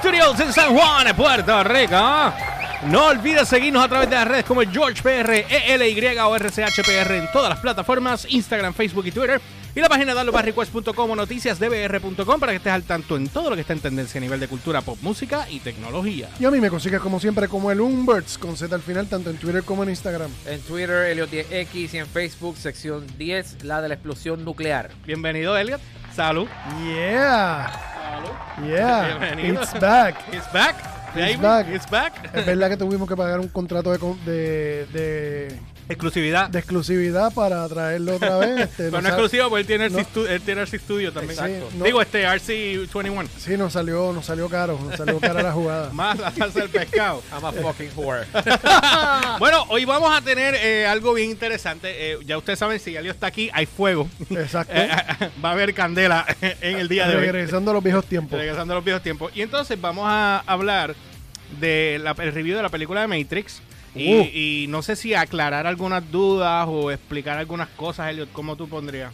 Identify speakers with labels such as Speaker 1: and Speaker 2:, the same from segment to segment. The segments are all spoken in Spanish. Speaker 1: Studios en San Juan, Puerto Rico. No olvides seguirnos a través de las redes como GeorgePR, ELY E o RCHPR en todas las plataformas, Instagram, Facebook y Twitter. Y la página dalobarrequest.com o noticiasdbr.com para que estés al tanto en todo lo que está en tendencia a nivel de cultura, pop, música y tecnología.
Speaker 2: Y a mí me consigues como siempre como el Umberts con Z al final, tanto en Twitter como en Instagram.
Speaker 3: En Twitter, Elliot10X y en Facebook, sección 10, la de la explosión nuclear.
Speaker 1: Bienvenido, Elliot. Salud.
Speaker 2: Yeah,
Speaker 1: Salud.
Speaker 2: yeah,
Speaker 1: Bienvenido.
Speaker 2: it's back.
Speaker 1: It's back.
Speaker 2: It's
Speaker 1: baby.
Speaker 2: back.
Speaker 1: It's back.
Speaker 2: Es verdad que tuvimos que pagar un contrato de, con- de, de,
Speaker 1: Exclusividad.
Speaker 2: de exclusividad para traerlo otra vez. Este,
Speaker 1: Pero
Speaker 2: nos
Speaker 1: no
Speaker 2: sal-
Speaker 1: exclusiva, porque él tiene,
Speaker 2: no.
Speaker 1: RC Stu- él tiene RC Studio también.
Speaker 2: Exacto. Sí, no.
Speaker 1: Digo, este RC21.
Speaker 2: Sí, nos salió, nos salió caro, nos salió cara la jugada.
Speaker 1: Más la salsa del pescado.
Speaker 3: I'm a fucking whore.
Speaker 2: Ah.
Speaker 1: Bueno, hoy vamos a tener eh, algo bien interesante. Eh, ya ustedes saben, si Galio está aquí, hay fuego.
Speaker 2: Exacto.
Speaker 1: Eh, Va a haber candela en el día de hoy.
Speaker 2: Regresando a los viejos tiempos.
Speaker 1: Regresando a los viejos tiempos. Y entonces vamos a hablar del review de la película de Matrix. Y,
Speaker 2: Uh.
Speaker 1: y no sé si aclarar algunas dudas o explicar algunas cosas, Elliot, ¿cómo tú pondrías?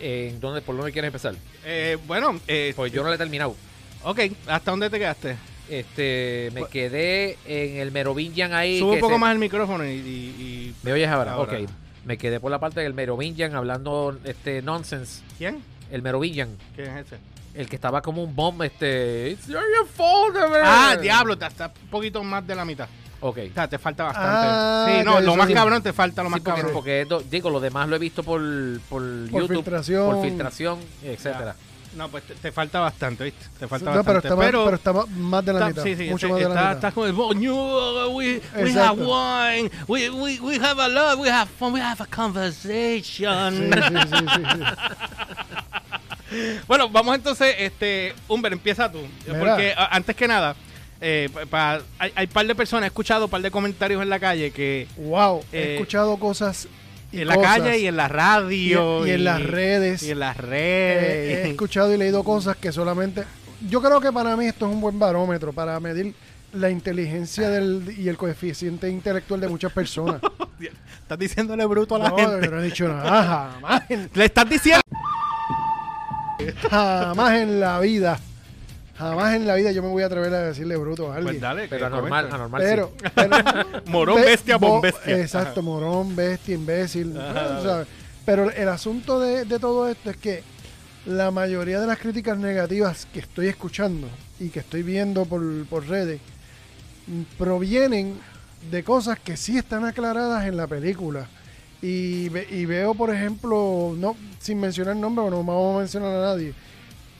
Speaker 3: ¿En Eh, dónde, ¿Por dónde quieres empezar?
Speaker 1: Eh, bueno, eh,
Speaker 3: Pues yo no la he terminado.
Speaker 1: ok, ¿hasta dónde te quedaste?
Speaker 3: Este, me quedé en el Merovingian ahí.
Speaker 1: Pues- Sube un
Speaker 3: que
Speaker 1: poco
Speaker 3: se-
Speaker 1: más el micrófono y... y- y-
Speaker 3: ¿Me oyes ahora?
Speaker 1: Ahora.
Speaker 3: Ok. Me quedé por la parte del Merovingian hablando este nonsense.
Speaker 1: ¿Quién?
Speaker 3: El Merovingian.
Speaker 1: ¿Quién es ese?
Speaker 3: El que estaba como un bomb, este. It's your fault, man".
Speaker 1: Ah, diablo, te- está un poquito más de la mitad.
Speaker 3: Ok.
Speaker 1: O sea, te falta bastante.
Speaker 2: Ah,
Speaker 1: sí, no,
Speaker 2: ya,
Speaker 1: lo
Speaker 2: eso
Speaker 1: más
Speaker 2: sí.
Speaker 1: cabrón te falta, lo más
Speaker 3: Sí, porque,
Speaker 1: cabrón.
Speaker 3: porque es do- digo, lo demás lo he visto por, por YouTube,
Speaker 2: filtración.
Speaker 3: por filtración, etcétera.
Speaker 1: No, pues te, te falta bastante, ¿viste? Te falta
Speaker 2: No, pero
Speaker 1: bastante.
Speaker 2: está, más- pero, está más- más de la
Speaker 1: está-
Speaker 2: mitad.
Speaker 1: sí, sí,
Speaker 2: mucho
Speaker 1: este-
Speaker 2: más de la
Speaker 1: está-
Speaker 2: mitad.
Speaker 1: estás con el bo- "You, uh, we, we have
Speaker 2: Exacto.
Speaker 1: wine, we, we, we have a love, we have fun, we have a
Speaker 2: Sí,
Speaker 1: conversation.
Speaker 2: sí, sí, sí, sí.
Speaker 1: Bueno, vamos entonces, este, Humber, empieza tú.
Speaker 2: Mira.
Speaker 1: Porque a- antes que nada, eh, pa- pa- hay, hay par de personas, he escuchado par de comentarios en la calle que
Speaker 2: Wow,
Speaker 1: Eh,
Speaker 2: he escuchado cosas y
Speaker 1: en la
Speaker 2: cosas.
Speaker 1: calle y en la radio
Speaker 2: Y- y en las redes.
Speaker 1: y en las
Speaker 2: Eh,
Speaker 1: redes.
Speaker 2: he escuchado y leído cosas que solamente. Yo creo que para mí esto es un buen barómetro para medir la inteligencia del, y el coeficiente intelectual de muchas personas.
Speaker 1: Estás diciéndole bruto a la
Speaker 2: No,
Speaker 1: gente.
Speaker 2: yo no he dicho nada, jamás, en-
Speaker 1: Le estás diciendo.
Speaker 2: jamás en la vida. Jamás en la vida yo me voy a atrever a decirle bruto a alguien.
Speaker 3: Pero anormal, anormal. sí.
Speaker 2: Pero, pero-
Speaker 1: Morón,
Speaker 2: Be-
Speaker 1: bestia,
Speaker 2: bo-
Speaker 1: bombestia.
Speaker 2: Exacto, morón, bestia, imbécil. ¿sabes? Pero el asunto de, de todo esto es que la mayoría de las críticas negativas que estoy escuchando y que estoy viendo por, por redes mm, provienen de cosas que sí están aclaradas en la película. Y, ve- y veo, por ejemplo, no sin mencionar nombre, no vamos a mencionar a nadie,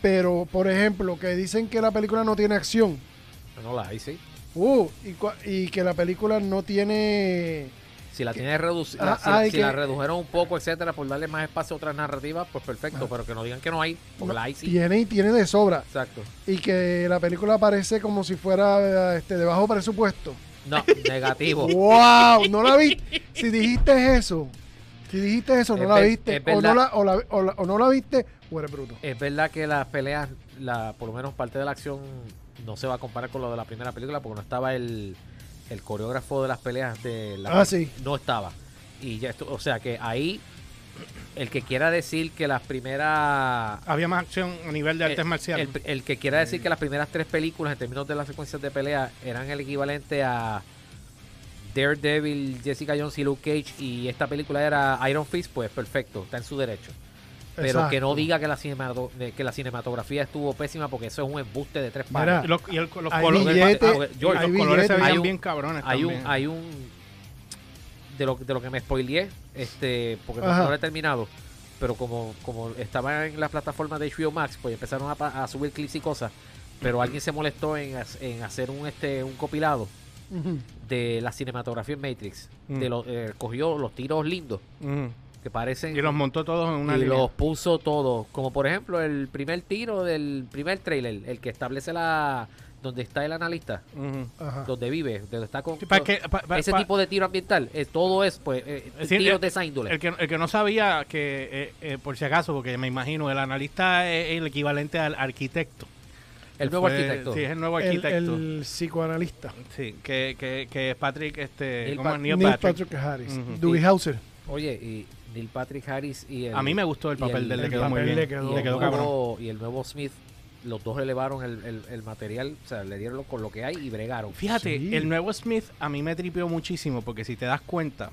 Speaker 2: pero por ejemplo, que dicen que la película no tiene acción.
Speaker 3: No la hay, sí.
Speaker 2: Uh, y, cua- y que la película no tiene.
Speaker 3: Si la tienes reducida,
Speaker 2: Ah,
Speaker 3: si, la-
Speaker 2: hay
Speaker 3: si la
Speaker 2: que-
Speaker 3: redujeron un poco, etcétera, por darle más espacio a otras narrativas, pues perfecto. Pero que no digan que no hay, porque
Speaker 2: no-
Speaker 3: la hay, sí.
Speaker 2: Tiene y tiene de sobra.
Speaker 3: Exacto.
Speaker 2: Y que la película parece como si fuera este, de bajo presupuesto.
Speaker 3: No, negativo.
Speaker 2: ¡Wow! No la viste. Si dijiste eso, si dijiste eso, no
Speaker 3: Es
Speaker 2: la
Speaker 3: ver-
Speaker 2: viste.
Speaker 3: es
Speaker 2: O no
Speaker 3: verdad.
Speaker 2: la, o, la- o la- o no la viste, o eres bruto.
Speaker 3: Es verdad que las peleas, la, por lo menos parte de la acción, no se va a comparar con lo de la primera película porque no estaba el, el coreógrafo de las peleas de la
Speaker 2: Ah, sí.
Speaker 3: no estaba. Y ya esto, o sea que ahí el que quiera decir que las primeras
Speaker 1: Había más acción a nivel de artes
Speaker 3: el-
Speaker 1: marciales.
Speaker 3: Eh, El, el que quiera decir que las primeras tres películas, en términos de las secuencias de pelea, eran el equivalente a Daredevil, Jessica Jones y Luke Cage, y esta película era Iron Fist, pues perfecto, está en su derecho. Pero que no
Speaker 2: Exacto.
Speaker 3: diga que la, cinemato- de- que la cinematografía estuvo pésima, porque eso es un embuste de tres
Speaker 2: Mira,
Speaker 3: pares.
Speaker 1: Y los, y el- los
Speaker 2: hay
Speaker 1: colores,
Speaker 2: billete,
Speaker 1: ah, ok, George,
Speaker 2: hay
Speaker 1: los colores se
Speaker 2: billete.
Speaker 1: veían
Speaker 3: Hay un-
Speaker 1: bien cabrones.
Speaker 3: Hay un,
Speaker 1: Ah, también.
Speaker 3: hay un de lo, de lo que me spoileé, este, porque no-
Speaker 2: Ajá.
Speaker 3: no lo he terminado. Pero como, como estaba en la plataforma de HBO Max, pues empezaron a, pa- a subir clips y cosas. Pero alguien se molestó en, ha- en hacer un este un compilado
Speaker 2: Ujú.
Speaker 3: de la cinematografía en Matrix.
Speaker 1: Mm.
Speaker 3: De los eh, cogió los tiros lindos
Speaker 1: Ujú.
Speaker 3: que parecen
Speaker 1: Mm. Y los montó todos en una
Speaker 3: y
Speaker 1: línea.
Speaker 3: los puso todos. Como por ejemplo el primer tiro del primer trailer, el que establece la donde está el analista,
Speaker 1: Ujú.
Speaker 2: Ajá.
Speaker 3: donde vive, donde está con
Speaker 1: Ah. Sí, para que- Mm. pa- pa-
Speaker 3: ese
Speaker 1: pa-
Speaker 3: tipo de tiro ambiental, eh, todo es pues eh,
Speaker 1: Es decir,
Speaker 3: tiros
Speaker 1: el-
Speaker 3: de esa índole.
Speaker 1: el que, el que no sabía que, eh, eh, por si acaso, porque me imagino, el analista es el equivalente al arquitecto.
Speaker 3: el nuevo
Speaker 1: Fue-
Speaker 3: arquitecto.
Speaker 1: Sí, es el nuevo
Speaker 2: El,
Speaker 1: arquitecto.
Speaker 2: el psicoanalista.
Speaker 1: Sí, que, que, que es Patrick, este,
Speaker 3: Neil
Speaker 1: ¿cómo es?
Speaker 3: Pat-
Speaker 1: Neil
Speaker 2: Neil
Speaker 1: Patrick.
Speaker 2: Patrick, Harris.
Speaker 1: Ujú.
Speaker 2: Dewey Hauser.
Speaker 3: Oye, y Neil Patrick Harris y el
Speaker 1: A mí me gustó el
Speaker 3: y
Speaker 1: papel de él, le
Speaker 2: el
Speaker 1: quedó muy
Speaker 2: papel
Speaker 1: bien.
Speaker 2: le
Speaker 3: y
Speaker 2: quedó-
Speaker 3: el
Speaker 1: le quedó cabrón.
Speaker 3: nuevo, y el nuevo Smith los dos elevaron el, el- el material, o sea, le dieron lo- con lo que hay y bregaron.
Speaker 1: Fíjate,
Speaker 2: Sí.
Speaker 1: el nuevo Smith a mí me tripió muchísimo porque si te das cuenta,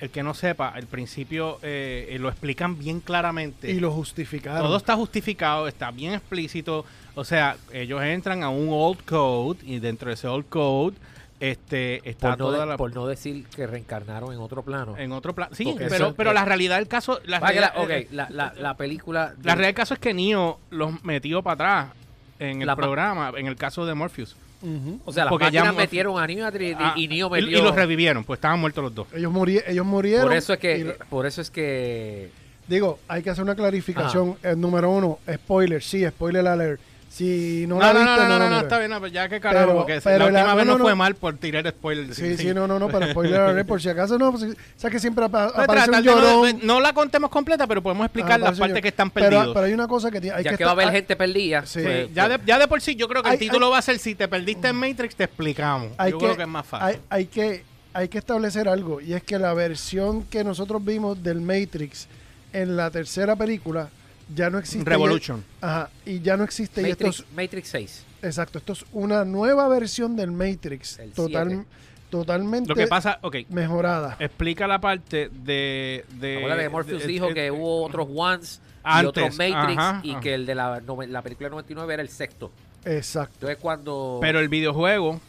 Speaker 1: el que no sepa, al principio eh, eh, lo explican bien claramente.
Speaker 2: Y lo justificaron.
Speaker 1: Todo está justificado, está bien explícito. O sea, ellos entran a un old code y dentro de ese old code este, está
Speaker 3: Por no,
Speaker 1: toda
Speaker 3: de-
Speaker 1: la...
Speaker 3: por no decir que reencarnaron en otro plano.
Speaker 1: En otro plan. Sí,
Speaker 3: Porque
Speaker 1: pero,
Speaker 3: eso-
Speaker 1: pero la realidad del caso... La
Speaker 3: Va que
Speaker 1: realidad, eh,
Speaker 3: la- ok, la, la- la película...
Speaker 1: la realidad del caso es que Neo los metió para atrás en el
Speaker 3: La ma-
Speaker 1: programa, en el caso de Morpheus.
Speaker 2: Ujú.
Speaker 3: o sea, las
Speaker 1: porque ya
Speaker 3: máquinas
Speaker 1: Morpheus-
Speaker 3: metieron a Neo y a Tri- y,
Speaker 1: Ah,
Speaker 3: y Neo
Speaker 1: y-
Speaker 3: metió...
Speaker 1: y los revivieron, pues estaban muertos los dos.
Speaker 2: Ellos, muri- ellos murieron.
Speaker 3: por eso es que...
Speaker 2: y lo-
Speaker 3: Por eso es que...
Speaker 2: Digo, hay que hacer una clarificación. El número uno, spoiler, sí, spoiler alert. Si no, la viste, no, la mires.
Speaker 1: está bien, no, pues ya que carajo,
Speaker 2: Pero-
Speaker 1: porque
Speaker 2: pero
Speaker 1: la última
Speaker 2: la-
Speaker 1: vez
Speaker 2: no,
Speaker 1: no,
Speaker 2: no,
Speaker 1: fue
Speaker 2: no.
Speaker 1: mal por tirar spoilers.
Speaker 2: Sí, sí, no, no, no, para spoiler alert, por si acaso no. Pues, o sea que siempre apa- aparece un
Speaker 1: Tratar de no-
Speaker 2: llorón.
Speaker 1: no, la contemos completa, pero podemos
Speaker 2: Ajá,
Speaker 1: explicar las
Speaker 2: aparece un
Speaker 1: partes
Speaker 2: llorón.
Speaker 1: que están
Speaker 2: Pero-
Speaker 1: perdidas.
Speaker 2: Pero, hay una cosa que tiene. Hay
Speaker 3: ya que,
Speaker 2: estar-
Speaker 3: va a haber
Speaker 2: hay-
Speaker 3: gente perdida.
Speaker 2: Sí.
Speaker 1: Sí,
Speaker 3: pues,
Speaker 1: ya, de, ya de por sí, yo creo que el
Speaker 2: Hay-
Speaker 1: título
Speaker 2: hay-
Speaker 1: va a ser Si te perdiste en Matrix, te explicamos.
Speaker 2: hay
Speaker 1: yo
Speaker 2: que,
Speaker 1: creo que es más fácil.
Speaker 2: Hay, hay que, hay que establecer algo, y es que la versión que nosotros vimos del Matrix en la tercera película ya no existe.
Speaker 1: Revolution.
Speaker 2: Ajá, y ya no existe. Y esto
Speaker 3: Matrix,
Speaker 2: es,
Speaker 3: Matrix 6.
Speaker 2: exacto, esto es una nueva versión del Matrix,
Speaker 3: El
Speaker 2: total,
Speaker 3: siete.
Speaker 2: totalmente
Speaker 1: Lo que pasa, Eh, ok,
Speaker 2: mejorada.
Speaker 1: explica la parte de... de
Speaker 3: Acuérdate que Morpheus
Speaker 1: de-
Speaker 3: dijo
Speaker 1: de-
Speaker 3: que hubo otros Ones y
Speaker 1: eh, Antes,
Speaker 3: otros Matrix
Speaker 1: ajá,
Speaker 3: y
Speaker 1: ajá.
Speaker 3: que el de la, nove- la película 99 era el sexto.
Speaker 2: Exacto.
Speaker 3: Entonces cuando...
Speaker 1: Pero el videojuego,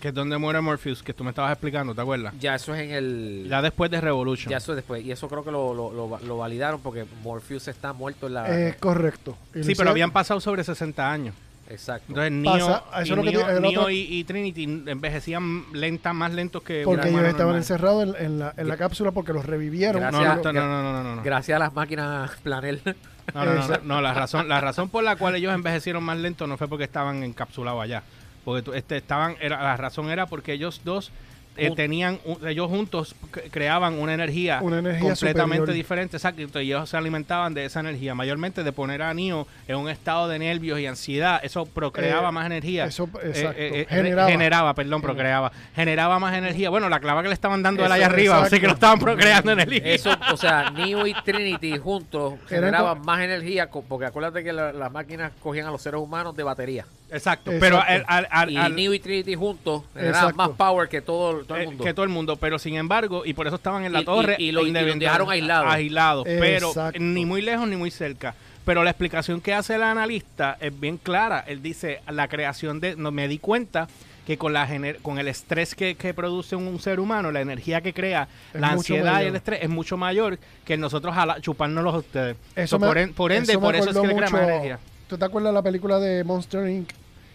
Speaker 1: que es donde muere Morpheus, que tú me estabas explicando, ¿te acuerdas?
Speaker 3: ya eso es en el...
Speaker 1: Ya después de Revolution.
Speaker 3: Ya eso después, y eso creo que lo, lo- lo- lo validaron porque Morpheus está muerto en la...
Speaker 2: Es correcto. Y lo
Speaker 1: sí, pero
Speaker 2: hicieron-
Speaker 1: habían pasado sobre 60 años.
Speaker 3: Exacto.
Speaker 1: Entonces Neo,
Speaker 2: Pasa- eso es
Speaker 1: y,
Speaker 2: lo que
Speaker 1: Neo-
Speaker 2: te- el
Speaker 1: Neo
Speaker 2: otro-
Speaker 1: y, y Trinity envejecían lenta, más lentos que... un
Speaker 2: porque ellos
Speaker 1: humano
Speaker 2: estaban
Speaker 1: normal.
Speaker 2: encerrados en, en la, en la cápsula porque los revivieron.
Speaker 1: No,
Speaker 3: Gracias.
Speaker 1: no, no, no, no, no, no, no.
Speaker 3: Gracias a las máquinas Planel.
Speaker 1: No, no, no, no,
Speaker 2: Exacto.
Speaker 1: no, la razón, la razón por la cual ellos envejecieron más lento no fue porque estaban encapsulados allá. Porque tú- este, estaban, era, la razón era porque ellos dos eh,
Speaker 3: Jun-
Speaker 1: tenían, un- ellos juntos c- creaban una energía,
Speaker 2: Una energía
Speaker 1: completamente
Speaker 2: superior.
Speaker 1: diferente. Exacto, y ellos se alimentaban de esa energía, mayormente de poner a Neo en un estado de nervios y ansiedad. Eso procreaba
Speaker 2: Eh,
Speaker 1: más energía.
Speaker 2: eso,
Speaker 1: Eh,
Speaker 2: exacto,
Speaker 1: eh, eh,
Speaker 2: generaba. Eh.
Speaker 1: generaba, perdón, procreaba. Generaba más energía. Bueno, la clava que le estaban dando él
Speaker 2: Eso,
Speaker 1: allá arriba, así
Speaker 2: exacto.
Speaker 1: que lo estaban procreando energía.
Speaker 3: Eso, o sea, Neo y Trinity juntos generaban
Speaker 2: co-
Speaker 3: más energía, co- porque acuérdate que la- las máquinas cogían a los seres humanos de batería.
Speaker 1: Exacto,
Speaker 2: Exacto.
Speaker 1: pero al, al- al-
Speaker 3: Y
Speaker 1: al-
Speaker 3: Neo y Trinity juntos generaban
Speaker 2: Exacto.
Speaker 3: más power que todo, todo el
Speaker 1: eh,
Speaker 3: mundo.
Speaker 1: que todo el mundo, pero sin embargo, y por eso estaban en la
Speaker 3: Y- y-
Speaker 1: torre
Speaker 3: y lo-
Speaker 1: e
Speaker 3: y los
Speaker 1: independen-
Speaker 3: dejaron aislados.
Speaker 1: aislados, pero
Speaker 2: Exacto.
Speaker 1: ni muy lejos ni muy cerca. Pero la explicación que hace el analista es bien clara. Él dice, la creación de... No, me di cuenta que con, la gener- con el estrés que, que produce un, ser humano, la energía que crea,
Speaker 2: Es
Speaker 1: la
Speaker 2: mucho
Speaker 1: ansiedad y el
Speaker 2: mayor.
Speaker 1: estrés es mucho mayor que nosotros jala- chupárnoslos a ustedes.
Speaker 2: Eso
Speaker 1: So,
Speaker 2: me-
Speaker 1: por, en- por ende,
Speaker 2: eso me
Speaker 1: por eso es que
Speaker 2: acordó
Speaker 1: le crea más
Speaker 2: mucho-
Speaker 1: energía.
Speaker 2: ¿Tú te acuerdas de la película de Monster Inc?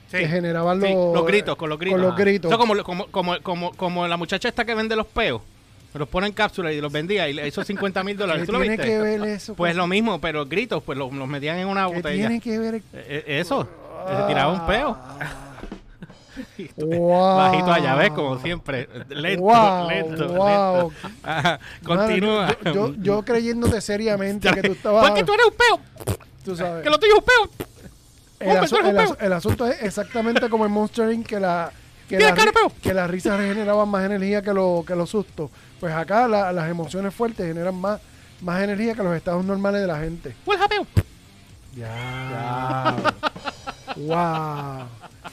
Speaker 1: Sí.
Speaker 2: Que generaban los,
Speaker 1: Sí, los gritos, con los gritos.
Speaker 2: Con los
Speaker 1: Ah.
Speaker 2: gritos.
Speaker 1: Eso como, como, como, como, como la muchacha esta que vende los peos. Los pone en cápsula y los vendía y le hizo 50 mil dólares.
Speaker 2: ¿Qué
Speaker 1: ¿Tú lo
Speaker 2: tiene
Speaker 1: viste?
Speaker 2: que ver eso?
Speaker 1: Pues
Speaker 2: con-
Speaker 1: lo mismo, pero gritos, pues los, los metían en una
Speaker 2: ¿Qué
Speaker 1: botella.
Speaker 2: tiene que ver? Ah.
Speaker 1: Eh, eh, Eso, se tiraba un peo. Y tú-
Speaker 2: Wow.
Speaker 1: Bajito allá, ¿ves? Como siempre. Lento,
Speaker 2: Wow,
Speaker 1: lento,
Speaker 2: wow.
Speaker 1: lento. Ajá,
Speaker 2: Mano,
Speaker 1: Continúa.
Speaker 2: Yo, yo, yo creyéndote seriamente que tú estabas.
Speaker 1: Porque tú eres un peo.
Speaker 2: tú sabes.
Speaker 1: Que lo tuyo es un peo.
Speaker 2: el,
Speaker 1: Hombre,
Speaker 2: asu-
Speaker 1: tú eres un
Speaker 2: el asu-
Speaker 1: peo.
Speaker 2: el asunto es exactamente como en Monster Inc. que la. Que,
Speaker 1: Mira,
Speaker 2: la,
Speaker 1: cara, peo.
Speaker 2: que las risas generaban más energía que, lo, que los sustos. Pues acá la- las emociones fuertes generan más, más energía que los estados normales de la gente.
Speaker 1: Huelja peo.
Speaker 2: Ya. wow.